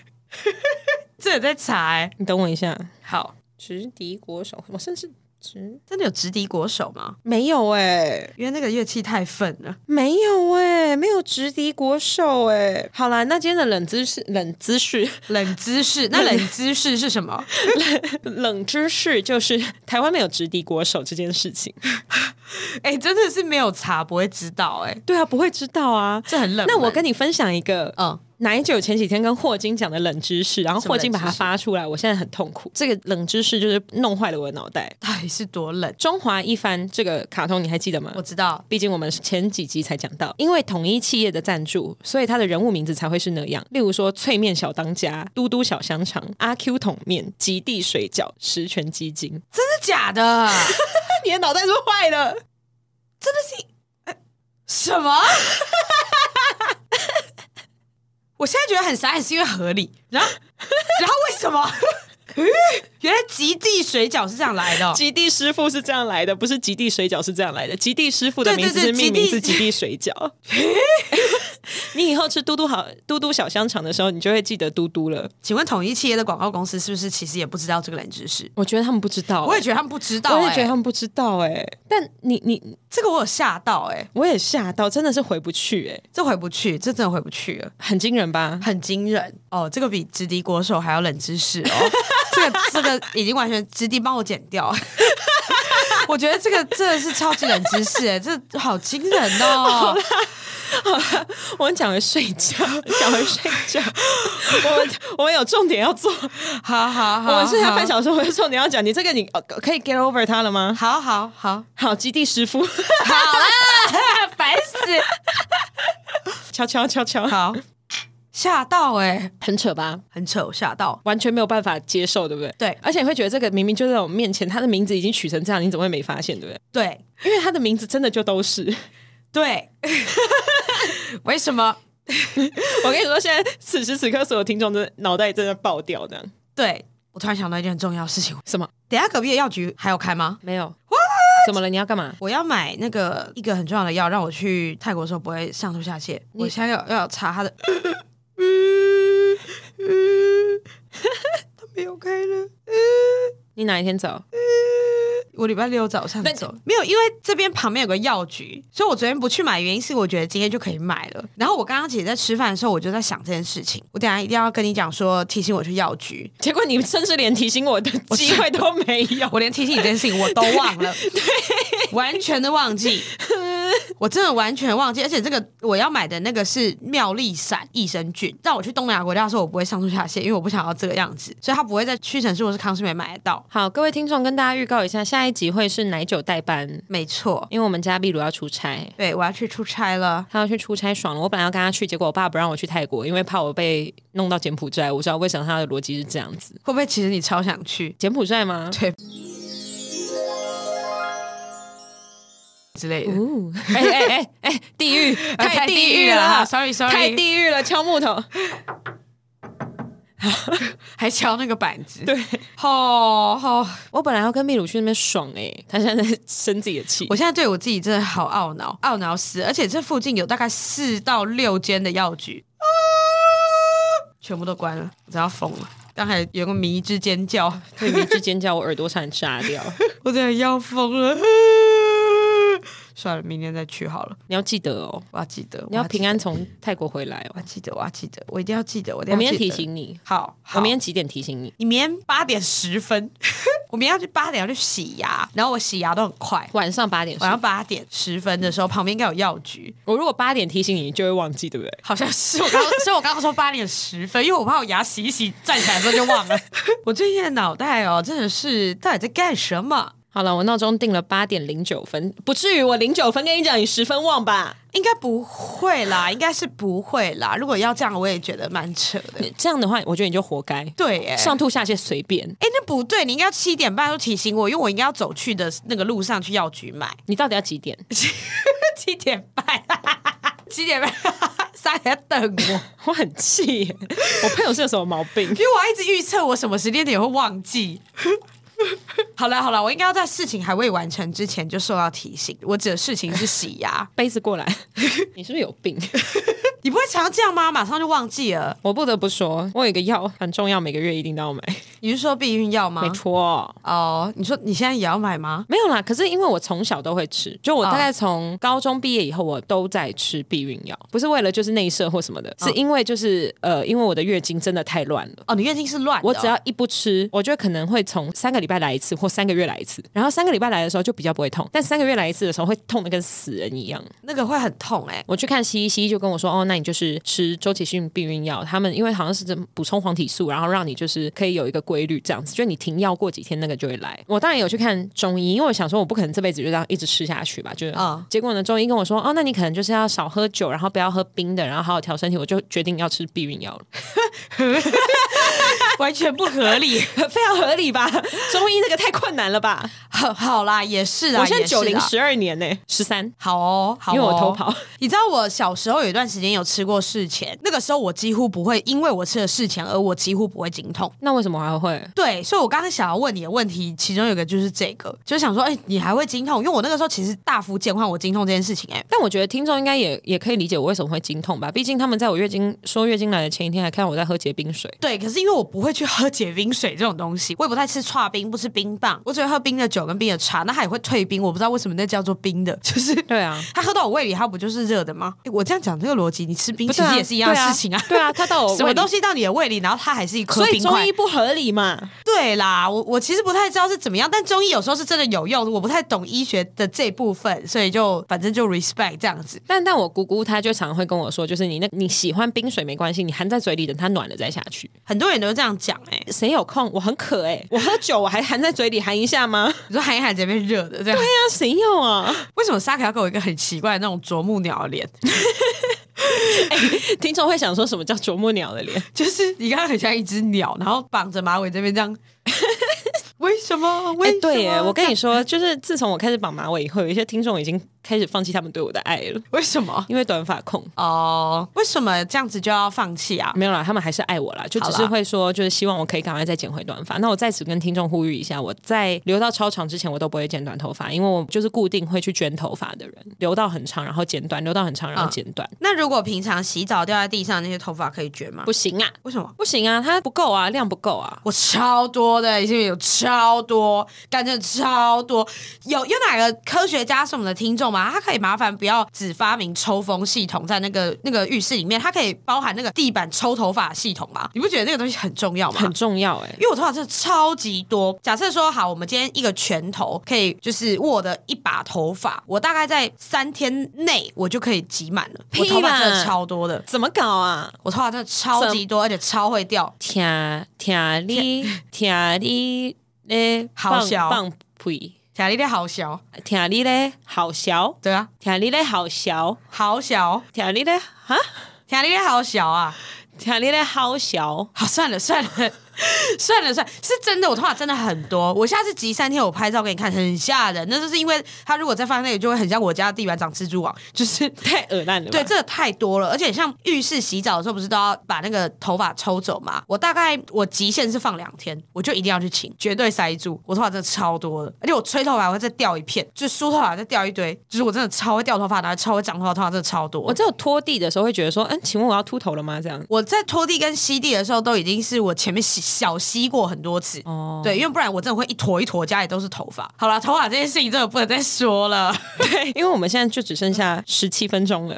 这也在查哎、你等我一下，好，直敌国手，我甚至直真的有直敌国手吗？没有哎、因为那个乐器太愤了。没有哎、没有直敌国手哎、好啦，那今天的冷知识、 冷姿势、冷姿势， 那冷姿势是什么？冷知识就是台湾没有直敌国手这件事情。哎、真的是没有查不会知道哎、对啊，不会知道啊。这很冷门。那我跟你分享一个，嗯，奶酒前几天跟霍金讲的冷知识，然后什么霍冷金把它知识发出来，我现在很痛苦。这个冷知识就是弄坏了我的脑袋。到底是多冷？中华一番这个卡通你还记得吗我？知道，毕竟我们前几集才讲到，因为统一企业的赞助，所以它的人物名字才会是那样。例如说，脆面小当家、嘟嘟小香肠、阿 Q 桶面、极地水饺、十全鸡精。真的假的？那你的脑袋是不是坏了？什么？ 我现在觉得很傻眼，是因为合理。然后， 然后为什么？ 嗯原来极地水饺是这样来的哦、极地师傅是这样来的，不是极地水饺是这样来的。极地师傅的对名字对是对命名极是地极地水饺。 你以后吃嘟嘟好嘟嘟小香肠的时候，你就会记得嘟嘟了。请问统一企业的广告公司是不是其实也不知道这个冷知识？我觉得他们不知道、欸我也觉得他们不知道、哦我也哎，觉得他们不知道哎、但你你这个我有吓到、哎，我也吓到，真的是回不去哎、这回不去，这真的回不去了，很惊人吧？很惊人哦。这个比直敌国手还要冷知识哦。 这个这个已经完全直敌帮我剪掉。 我觉得这个真的是超级冷知识、哎，这好惊 人哦。我们讲回睡 觉，讲回睡 觉。我们我们有重点要做，好好好，我们剩下半好，小时，我有重点要讲。你这个你呃可以 get over 它了吗？好好好，好，基地师傅， 啊 烦死，敲敲敲敲，好吓到哎、很扯吧？很扯，我吓到。完全没有办法接受，对不对？对而且你会觉得这个明明就在我们面前，他的名字已经取成这样，你怎么会没发现，对不对？对因为他的名字真的就都 是。 对，为什么？我跟你说，现在此时此刻，所有听众的脑袋正在爆掉，这样对我突然想到一件很重要的事情，什么？等一下隔壁的药局还有开吗？没有？怎么了？你要干嘛？我要买那个一个很重要的药，让我去泰国的时候不会上吐下泻。我现在要要查 它的，嗯嗯，它没有开了。你哪一天走？我礼拜六早上那走，没有，因为这边旁边有个药局，所以我昨天不去买，原因是我觉得今天就可以买了。然后我刚刚姐在吃饭的时候，我就在想这件事情，我等一下一定要跟你讲说，提醒我去药局，结果你甚至连提醒 我的机会都没有。我连提醒你这件事情我都忘 了，完全的忘记，我真的完全忘记。而且这个我要买的那个是妙丽散益生菌，让我去东南亚国家的时候，我不会上吐下泻，因为我不想要这个样子，所以它不会在屈臣氏或是康师美买得到。好，各位听众，跟大家预告一下，下一集会是奶酒代班，没错，因为我们家壁炉要出差。对我要去出差了。他要去出差爽了，我本来要跟他去，结果我爸不让我去泰国，因为怕我被弄到柬埔寨。我知道为什么他的逻辑是这样子。会不会其实你超想去柬埔寨吗？之类的？哦， 哎哎哎哎，地 狱，太地狱了啦，sorry sorry， 太地狱了，敲木头。 还敲那个板子， 对，吼吼！我本来要跟秘鲁去那边爽哎、他现在在生自己的 气我。现在对我自己真的好懊恼，懊恼死！而且这附近有大概四到六间的药局， 啊全部都关了，我真要疯了。刚才有个迷之尖叫， 对，迷之尖叫，我耳朵差点炸 掉。我真的要疯了。啊 算了，明天再去好了。你要记得哦，我要记得，你要我记平安从泰国回来我哦要。记得，我要记得，我一定要记得，我一定我要明天记提得。醒你，好，好我明天几点提醒你？你明天八点十分， 我明天要去八点要去洗牙，然后我洗牙都很快，晚上八点。晚上八点十分的时候，旁边应该有药局，我如果八点提醒你，你就会忘记，对不对？好像是 我刚，所以我刚刚说八点十分，因为我怕我牙洗一洗，站起来的时候就忘了。 我最近的脑袋哦，真的是到底在干什么？好了，我闹钟定了八点零九分，不至于我零九分跟你讲，你十分忘吧？应该不会啦，应该是不会啦。如果要这样，我也觉得蛮扯的。这样的话，我觉得你就活该，对、耶。上吐下泻随便。哎、那不对，你应该七点半就提醒我，因为我应该要走去的那个路上去药局买。 你到底要几点？七点半，七点半， 三点等我。我很气耶，我朋友是有什么毛病？因为我要一直预测我什么时间点会忘记。 好了好了，我应该要在事情还未完成之 ，前就受到提醒。我指的事情是洗牙杯子过来，你是不是有病？你不会常这样吗？马上就忘记了。 我不得不说，我有一个药很重要，每个月一定都要买。你是说避孕药吗没？错，哦，你说你现在也要买吗？没有啦。可是因为我从小都会吃，就我大概从高中毕业以后，我都在吃避孕药，不是为了就是内射或什么的，是因为就是呃，因为我的月经真的太乱了。哦，你月经是乱的哦，我只要一不吃，我觉得可能会从三个礼拜来一次或三个月来一次，然后三个礼拜来的时候就比较不会痛，但三个月来一次的时候会痛的跟死人一样。那个会很痛哎、我去看西医，西医就跟我说，哦，那你就是吃周期性避孕药，他们因为好像是补充黄体素，然后让你就是可以有一个规律这样子，就你停药过几天那个就会来。我当然有去看中医，因为我想说我不可能这辈子就这样一直吃下去吧，就是。嗯结果呢，中医跟我说，哦，那你可能就是要少喝酒，然后不要喝冰的，然后好好调身体。我就决定要吃避孕药了， 完全不合理。 非常合理吧？中医那个太困难了吧？好 好啦，也是啊，我现在也是九啊零十二年呢、十三。好哦，好哦因为我偷跑。你知道我小时候有一段时间有吃过事前，那个时候我几乎不会，因为我吃了事前而我几乎不会经痛。那为什么还会？对，所以我刚刚想要问你的问题，其中有一个就是这个，就是想说，哎、你还会经痛？因为我那个时候其实大幅减缓我经痛这件事情、哎，但我觉得听众应该也也可以理解我为什么会经痛吧，毕竟他们在我月经说月经来的前一天还看我在喝结冰水。对，可是因为我不会去喝解冰水这种东西，我也不太吃刨冰，不吃冰棒，我只会喝冰的酒跟冰的茶，那它也会退冰，我不知道为什么那叫做冰的， 就是对啊，它喝到我胃里，它不就是热的吗？哎我这样讲这个逻辑，你吃冰不其对啊实也是一样的事情啊。对啊，他到我 什么东西，西到你的胃里，然后它还是一颗所以冰中块医。不合理嘛？对啦，我我其实不太知道是怎么样，但中医有时候是真的有用，我不太懂医学的这部分，所以就反正就 respect 这样子。但但我姑姑她就常会跟我说，就是你那你喜欢冰水没关系，你含在嘴里等它暖了再下去。很多人都这样讲哎、欸，谁有空？我很渴哎、我喝酒我还含在嘴里含一下吗？你说喊一喊这边热的这 样，对呀、谁要 啊？为什么沙克要给我一个很奇怪的那种啄木鸟的脸？ 哎听众会想说什么叫啄木鸟的脸？就是你刚刚很像一只鸟，然后绑着马尾这边这样。 为什么？为哎、什么？对耶，我跟你说，就是自从我开始绑马尾以后，有一些听众已经开始放弃他们对我的爱了，为什么？因为短发控。哦、为什么这样子就要放弃啊？没有啦，他们还是爱我啦，就只好是啦会说，就是希望我可以赶快再剪回短发。那我在此跟听众呼吁一下，我在留到超长之前，我都不会剪短头发，因为我就是固定会去卷头发的人，留到很长然后剪短，留到很长然后剪短，那如果平常洗澡掉在地上那些头发可以卷吗？不行啊，为什么？不行啊，它不够啊，量不够啊。我超多的，已经有超多，干真的超多。有有哪个科学家是我们的听众吗？他可以麻烦不要只发明抽风系统在那个那个浴室里面，它可以包含那个地板抽头发系统吗？你不觉得那个东西很重要吗？很重要哎、因为我头发真的超级多。假设说好，我们今天一个拳头可以就是握的一把头发，我大概在三天内我就可以挤满了。我屁头发真啦的超多的，怎么搞啊？我头发真的超级多，而且超会掉。听听你听你嘞，好放笑放屁！假力的好小，听你嘞，好小，对啊，听你嘞，好小，好小。听你嘞，哈，听你好小啊！听你嘞，好小。好，算了算了 算了算了，是真的，我头发真的很多。我下次集三天，我拍照给你看，很吓人。那就是因为它如果再放在那里，就会很像我家的地板长蜘蛛网，就是。太恶烂了吧，对，这个太多了，而且像浴室洗澡的时候，不是都要把那个头发抽走吗？我大概我极限是放两天，我就一定要去清，绝对塞住。我头发真的超多的，而且我吹头发会再掉一片，就梳头发再掉一堆，就是我真的超会掉头发，然后超会长头发，头发真的超多。我只有拖地的时候会觉得说，嗯，请问我要秃头了吗？这样我在拖地跟吸地的时候，都已经是我前面洗小吸过很多次。哦，对，因为不然我真的会一坨一坨，家里都是头发。好了，头发这件事情真的不能再说了。 对，因为我们现在就只剩下十七分钟了。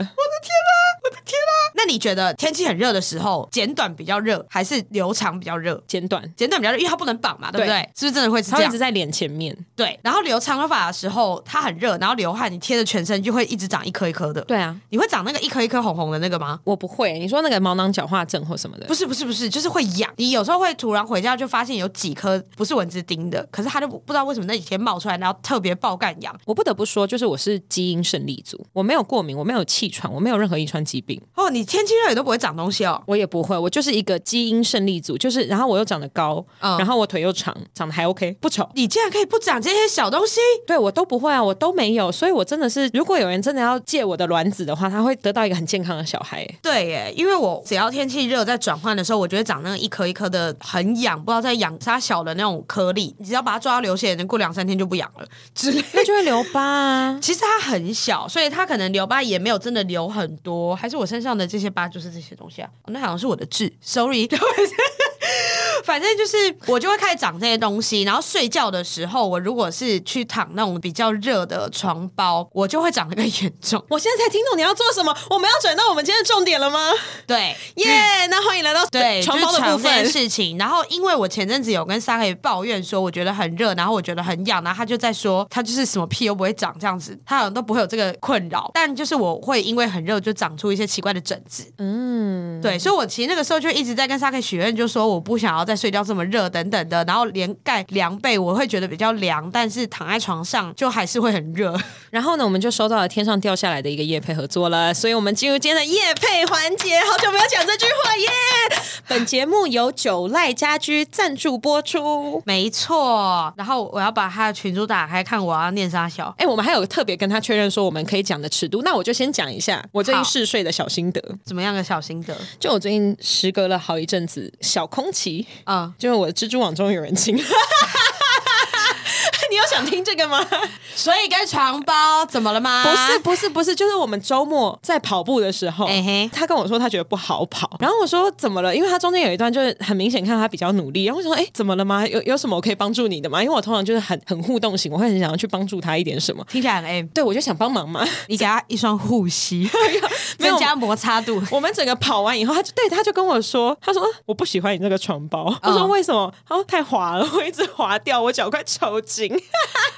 那你觉得天气很热的时候，剪短比较热，还是留长比较热？剪短，剪短比较热，因为它不能绑嘛，对不对对？是不是真的会是它这会一样直？在脸前面。对。然后留长头发的时候，它很热，然后流汗，你贴着全身就会一直长一颗一颗的。，对啊，你会长那个一颗一颗红红的那个吗？我不会。你说那个毛囊角化症或什么的，不是不是不是，就是会痒。你有时候会突然回家就发现有几颗不是蚊子叮的，可是它就不不知道为什么那几天冒出来，然后特别爆干痒。我不得不说，就是我是基因胜利组，我没有过敏，我没有气喘，我没有任何遗传疾病，哦，你天气热也都不会长东西哦。我也不会，我就是一个基因胜利组，就是然后我又长得高，嗯然后我腿又长，长得还 OK，不丑，你竟然可以不长这些小东西？对我都不会啊，我都没有，所以我真的是，如果有人真的要借我的卵子的话，他会得到一个很健康的小孩、欸对耶，因为我只要天气热，在转换的时候，我就会长那个一颗一颗的很痒，不知道在痒啥小的那种颗粒。你只要把它抓到流血，能过两三天就不痒了之类那就会留疤啊。其实它很小，所以它可能留疤也没有真的留很多，还是我身上的这些些八就是这些东西啊。哦那好像是我的痣，sorry。反正就是我就会开始长这些东西，然后睡觉的时候，我如果是去躺那种比较热的床包，我就会长得更严重。 我现在才听懂你要做什么，我们要转到我们今天的重点了吗？对，耶、那欢迎来到对，床包就是的部床这件分。事情。然后，因为我前阵子有跟沙可抱怨说，我觉得很热，然后我觉得很痒，然后他就在说，他就是什么屁都不会长这样子，他好像都不会有这个困扰。但就是我会因为很热就长出一些奇怪的疹子，嗯，对，所以我其实那个时候就一直在跟沙可许愿，就说我不想要再睡觉这么热等等的，然后连盖凉被我会觉得比较凉，但是躺在床上就还是会很热。 然后呢，我们就收到了天上掉下来的一个叶配合作了，所以我们进入今天的叶配环节。好久没有讲这句话耶！ 本节目由九赖家居赞助播出。没错，然后我要把他的群主打开看，我要念啥小。哎、我们还有特别跟他确认说我们可以讲的尺度，那我就先讲一下我最近好嗜睡的小心得。怎么样个小心得？就我最近时隔了好一阵子小空期，嗯，就是我的蜘蛛网终于有人清。 你有想听这个吗？所以跟床包怎么了吗？不是，不是不是，就是我们周末在跑步的时候，哎嘿他跟我说他觉得不好跑，然后我说怎么了？因为他中间有一段就是很明显看到他比较努力，然后我想说哎怎么了吗？有有什么我可以帮助你的吗？因为我通常就是很很互动型，我会很想要去帮助他一点什么。听起来很 M。对，我就想帮忙嘛。 你给他一双护膝，没有增加摩擦度。我们整个跑完以后，他就对他就跟我说，他说啊我不喜欢你这个床包。我说为什么？他说太滑了，我一直滑掉，我脚快抽筋。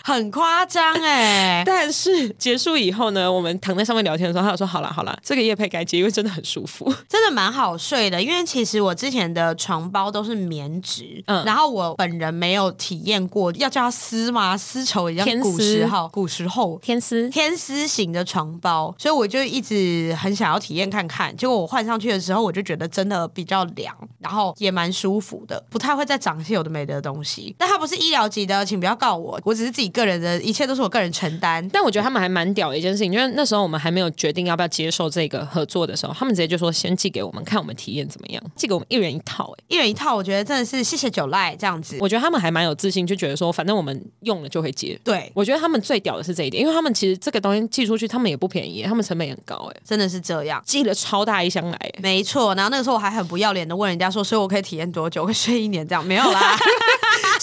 很夸张哎。但是结束以后呢，我们躺在上面聊天的时候，他就说好啦好啦，这个夜配该接，因为真的很舒服。 真的蛮好睡的，因为其实我之前的床包都是棉质，嗯然后我本人没有体验过，要叫它丝吗？丝绸一样天，丝古时候，古时候。天丝天丝型的床包，所以我就一直很想要体验看看。结果我换上去的时候，我就觉得真的比较凉，然后也蛮舒服的，不太会再长一些有的没的东西。但它不是医疗级的，请不要告我，我只是自己个人的，一切都是我个人承担。但我觉得他们还蛮屌的一件事情，就是那时候我们还没有决定要不要接受这个合作的时候，他们直接就说先寄给我们看我们体验怎么样，寄给我们一人一套、欸。一人一套，我觉得真的是谢谢九赖这样子。我觉得他们还蛮有自信，就觉得说反正我们用了就会接。对，我觉得他们最屌的是这一点，因为他们其实这个东西寄出去，他们也不便宜，他们成本也很高哎、真的是这样。寄了超大一箱来、欸没错，然后那个时候我还很不要脸的问人家说，所以我可以体验多久？我可以睡一年这样？没有 啦，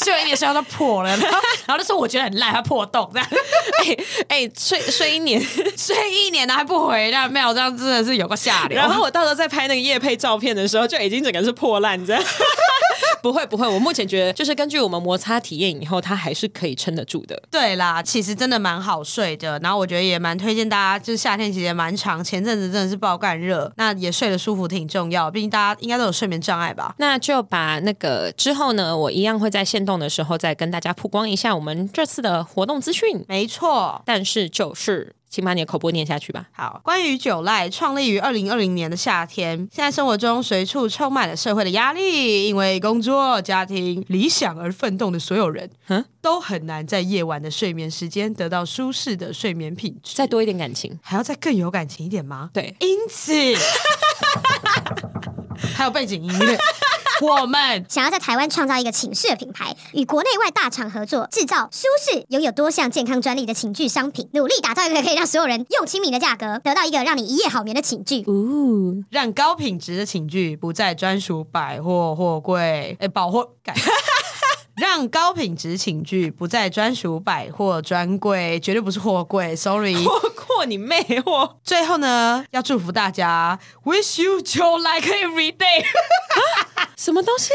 睡一年睡到都破了，然后 然后那时候我觉得很烂，还破洞这样， 哎哎， 睡睡一年，睡一年然后还不回，那没有这样真的是有个下流。然后我到时候在拍那个夜配照片的时候，就已经整个是破烂这样。 不会不会，我目前觉得就是根据我们摩擦体验以后，它还是可以撑得住的。对啦，其实真的蛮好睡的，然后我觉得也蛮推荐大家，就是夏天其实也蛮长，前阵子真的是爆干热，那也睡得舒服挺重要，毕竟大家应该都有睡眠障碍吧。那就把那个之后呢，我一样会在限动的时候再跟大家曝光一下我们这次的活动资讯。没错，但是就是，请把你的口播念下去吧。好，关于九赖创立于二零二零年的夏天，现在生活中随处充满了社会的压力，因为工作、家庭、理想而奋斗的所有人嗯，都很难在夜晚的睡眠时间得到舒适的睡眠品质。再多一点感情，还要再更有感情一点吗？ 对，因此， 还有背景音乐，我们想要在台湾创造一个情趣的品牌，与国内外大厂合作，制造舒适、拥有多项健康专利的情趣商品，努力打造一个可以让所有人用亲民的价格，得到一个让你一夜好眠的寝具。哦，让高品质的寝具不再专属百货货柜，哎、百货 改。让高品质寝具不再专属百货专柜，绝对不是货柜，sorry。我过你妹我！最后呢，要祝福大家，wish you joy like every day， 什么东西？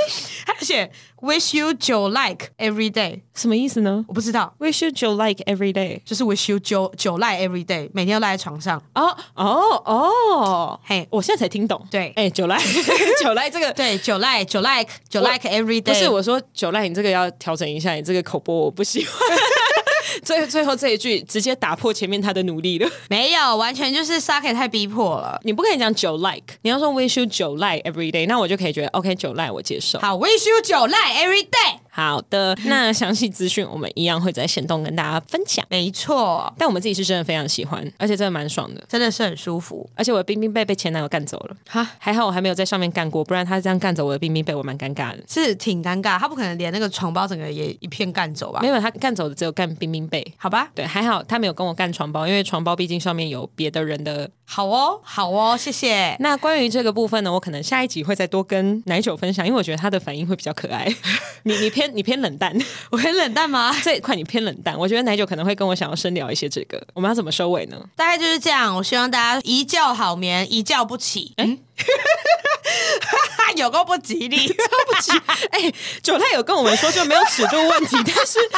而且 wish you joy like every day， 什么意思呢我不知道， ？We should you like every day。就是 wish you joy 酒赖 every day，每天都赖在床上。哦哦哦！嘿我现在才听懂。对哎、九赖 九赖这个对，酒赖酒 like 酒 like every 不 day，是我说九赖，你这个要调整一下，你这个口播我不喜欢。 最最后这一句直接打破前面他的努力了。没有，完全就是 s a k 太逼迫了。你不可以讲九 like，你要说 wish you 九 like every day，那我就可以觉得 OK 九 like 我接受。好，wish you 酒赖 every day。好的，那详细资讯我们一样会在线动跟大家分享。没错，但我们自己是真的非常喜欢，而且真的蛮爽的。真的是很舒服。而且我的冰冰被被前男友干走了，哈，还好我还没有在上面干过，不然他这样干走我的冰冰被我蛮尴尬的。是挺尴尬，他不可能连那个床包整个也一片干走吧没？有，他干走的只有干冰冰被。好吧，对，还好他没有跟我干床包，因为床包毕竟上面有别的人的。好哦，好哦，谢谢。那关于这个部分呢，我可能下一集会再多跟奶酒分享，因为我觉得他的反应会比较可爱。 你你偏你偏冷淡， 我很冷淡吗？这一块你偏冷淡，我觉得奶酒可能会跟我想要深聊一些这个。我们要怎么收尾呢？ 大概就是这样。我希望大家一觉好眠，一觉不起。嗯， 有够不吉利。不急，哎、九太有跟我们说就没有尺度问题，但是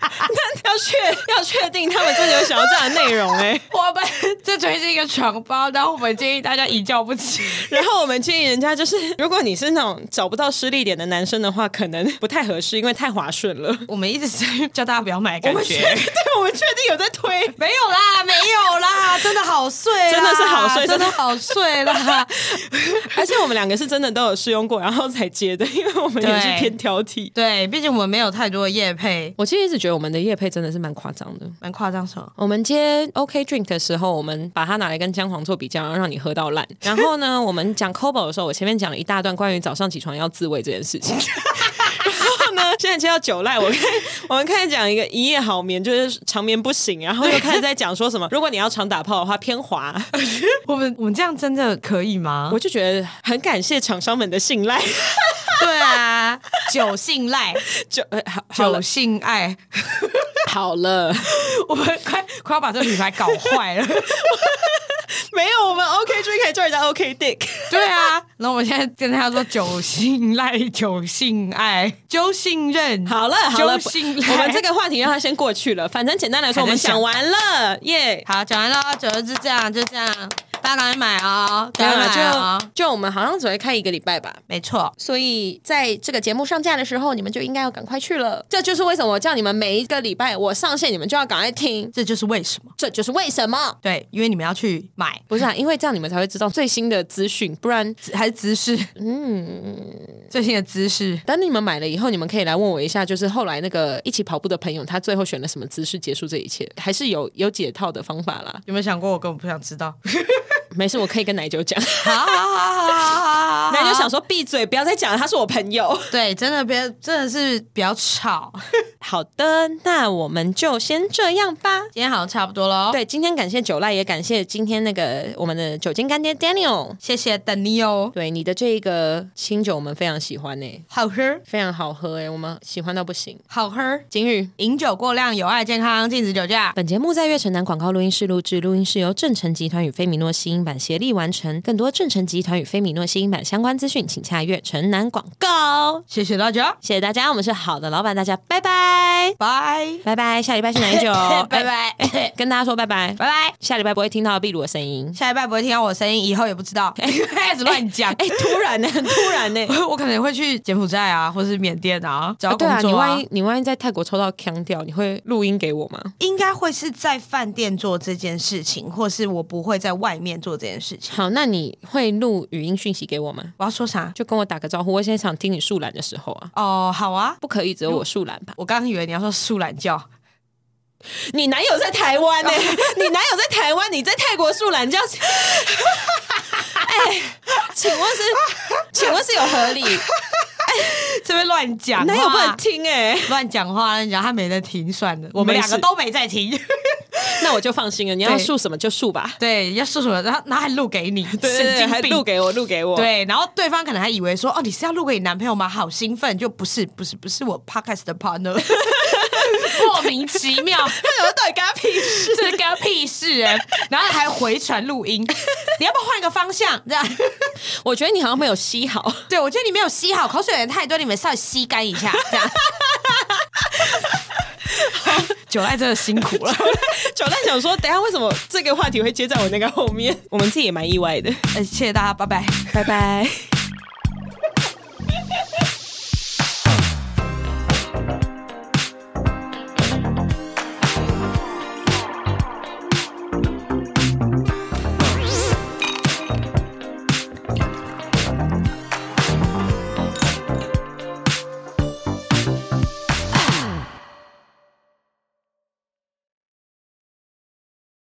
但要确要确定他们真的有想要这样的内容哎、 我们这只是一个床包，但我们建议大家一觉不起。 然后我们建议人家就是， 如果你是那种找不到失力点的男生的话，可能不太合适，因为太滑顺了。 我们一直是叫大家不要买，感我们确 觉对，我们确定有在推。 没有啦，没有 啦，真的好睡啦，真的是好睡真真的的好睡啦。 而且我们两个是真的都有试用过，然后才接的，因为我们也是对偏挑剔。对，毕竟我们没有太多的夜配，我其实一直觉得我们的叶配真的是蛮夸张的。蛮夸张什么？我们接 OK Drink 的时候，我们把它拿来跟姜黄做比较，然后让你喝到烂。然后呢，我们讲 Cobo 的时候，我前面讲了一大段关于早上起床要自慰这件事 情。然后呢，现在接到酒赖，我看我们开始讲一个一夜好眠，就是长眠不醒，然后又开始在讲说什么，如果你要常打炮的话偏滑，我们我们这样真的可以吗 我？就觉得很感谢厂商们的信赖。对啊， 酒信赖，酒呃好好了酒性爱，好了，我们 快快要把这个品牌搞坏了。 没有我们 OK Drink 还叫人家 OK Dick。 对啊，然后我现在跟大家说酒信赖，酒性爱，酒信任。好了好了，揪心 来我们这个话题让它先过去了。反正简单来说，我们讲完了，耶。好，讲完了，酒就是这样，就这样，大家赶紧买哦，没赶有紧买啦，哦就。就我们好像只会开一个礼拜吧，没错，所以在这个节目上架的时候，你们就应该要赶快去了。这就是为什么我叫你们每一个礼拜我上线，你们就要赶快听。这就是为什么。这就是为什么。对，因为你们要去买，不是啊，因为这样你们才会知道最新的资讯，不然还是姿势？ 嗯，最新的姿势。等你们买了以后，你们可以来问我一下，就是后来那个一起跑步的朋友，他最后选了什么姿势结束这一切，还是有有解套的方法啦。有没有想过我根本不想知道？没事，我可以跟奶酒 讲。 好好好好好好然后就想说，说闭嘴，不要再讲了，他是我朋友。对，真的别，真的是比较吵。好的，那我们就先这样吧。今天好像差不多喽。，对，今天感谢九赖，也感谢今天那个我们的酒精干爹 Daniel。谢谢等你哦，对你的这个清酒，我们非常喜欢呢、欸好喝非常好喝哎、我们喜欢到不行。好喝，金玉，饮酒过量有害健康，禁止酒驾。本节目在月城南广告录音室录制，录音室由正成集团与菲米诺吸音版协力完成。更多正成集团与菲米诺吸音版相关资讯，请洽月城南广告。谢谢大家，谢谢大家，我们是好的老板，大家拜拜，拜？拜拜，下礼 拜去哪一酒拜拜拜 跟大家说拜拜，拜。下礼拜不会听到壁炉的声音。下一拜不会听到我的声音，以后也不知 道，开始乱讲。哎、突然呢、突然呢、 我可能会去柬埔寨啊，或是缅甸啊，找对工啊，你作啊万一你万一在泰国抽到腔调，你会录音给我吗？应该会是在饭店做这件事情，或是我不会在外面做这件事情。好，那你会录语音讯息给我吗？我要说啥？就跟我打个招呼。我现在想听你树懒的时候啊，哦，好啊，不可以只有我树懒吧？ 我刚刚以为你要说素懒觉，你男友在台湾呢、你男友在台湾，你在泰国树懒叫。 哎，请问是，请问是有合 理？啊这边乱讲男友不能话，听哎、乱讲话，人家他没在听，算了，我们没两事个都没在 听。那我就放心了。你要对树什么就树吧。对，要说什么，然后然后还录给你，对对神对，经还病。录给我，录给我。对，然后对方可能还以为说，哦，你是要录给你男朋友吗？好兴奋，就不是，不是，不是我 podcast 的 partner，莫名其妙，那我到底跟他屁事？这是干屁事 哎、然后还回传录音，你要不要换个方向？这 样，我觉得你好像没有吸好。对我觉得你没有吸好，口水有点太多，你们稍微吸干一下，这 样。九爱真的辛苦 了， 九蛋想说，等一下为什么这个话题会接在我那个后面？我们自己也蛮意外的。呃谢谢大家，拜拜。拜拜。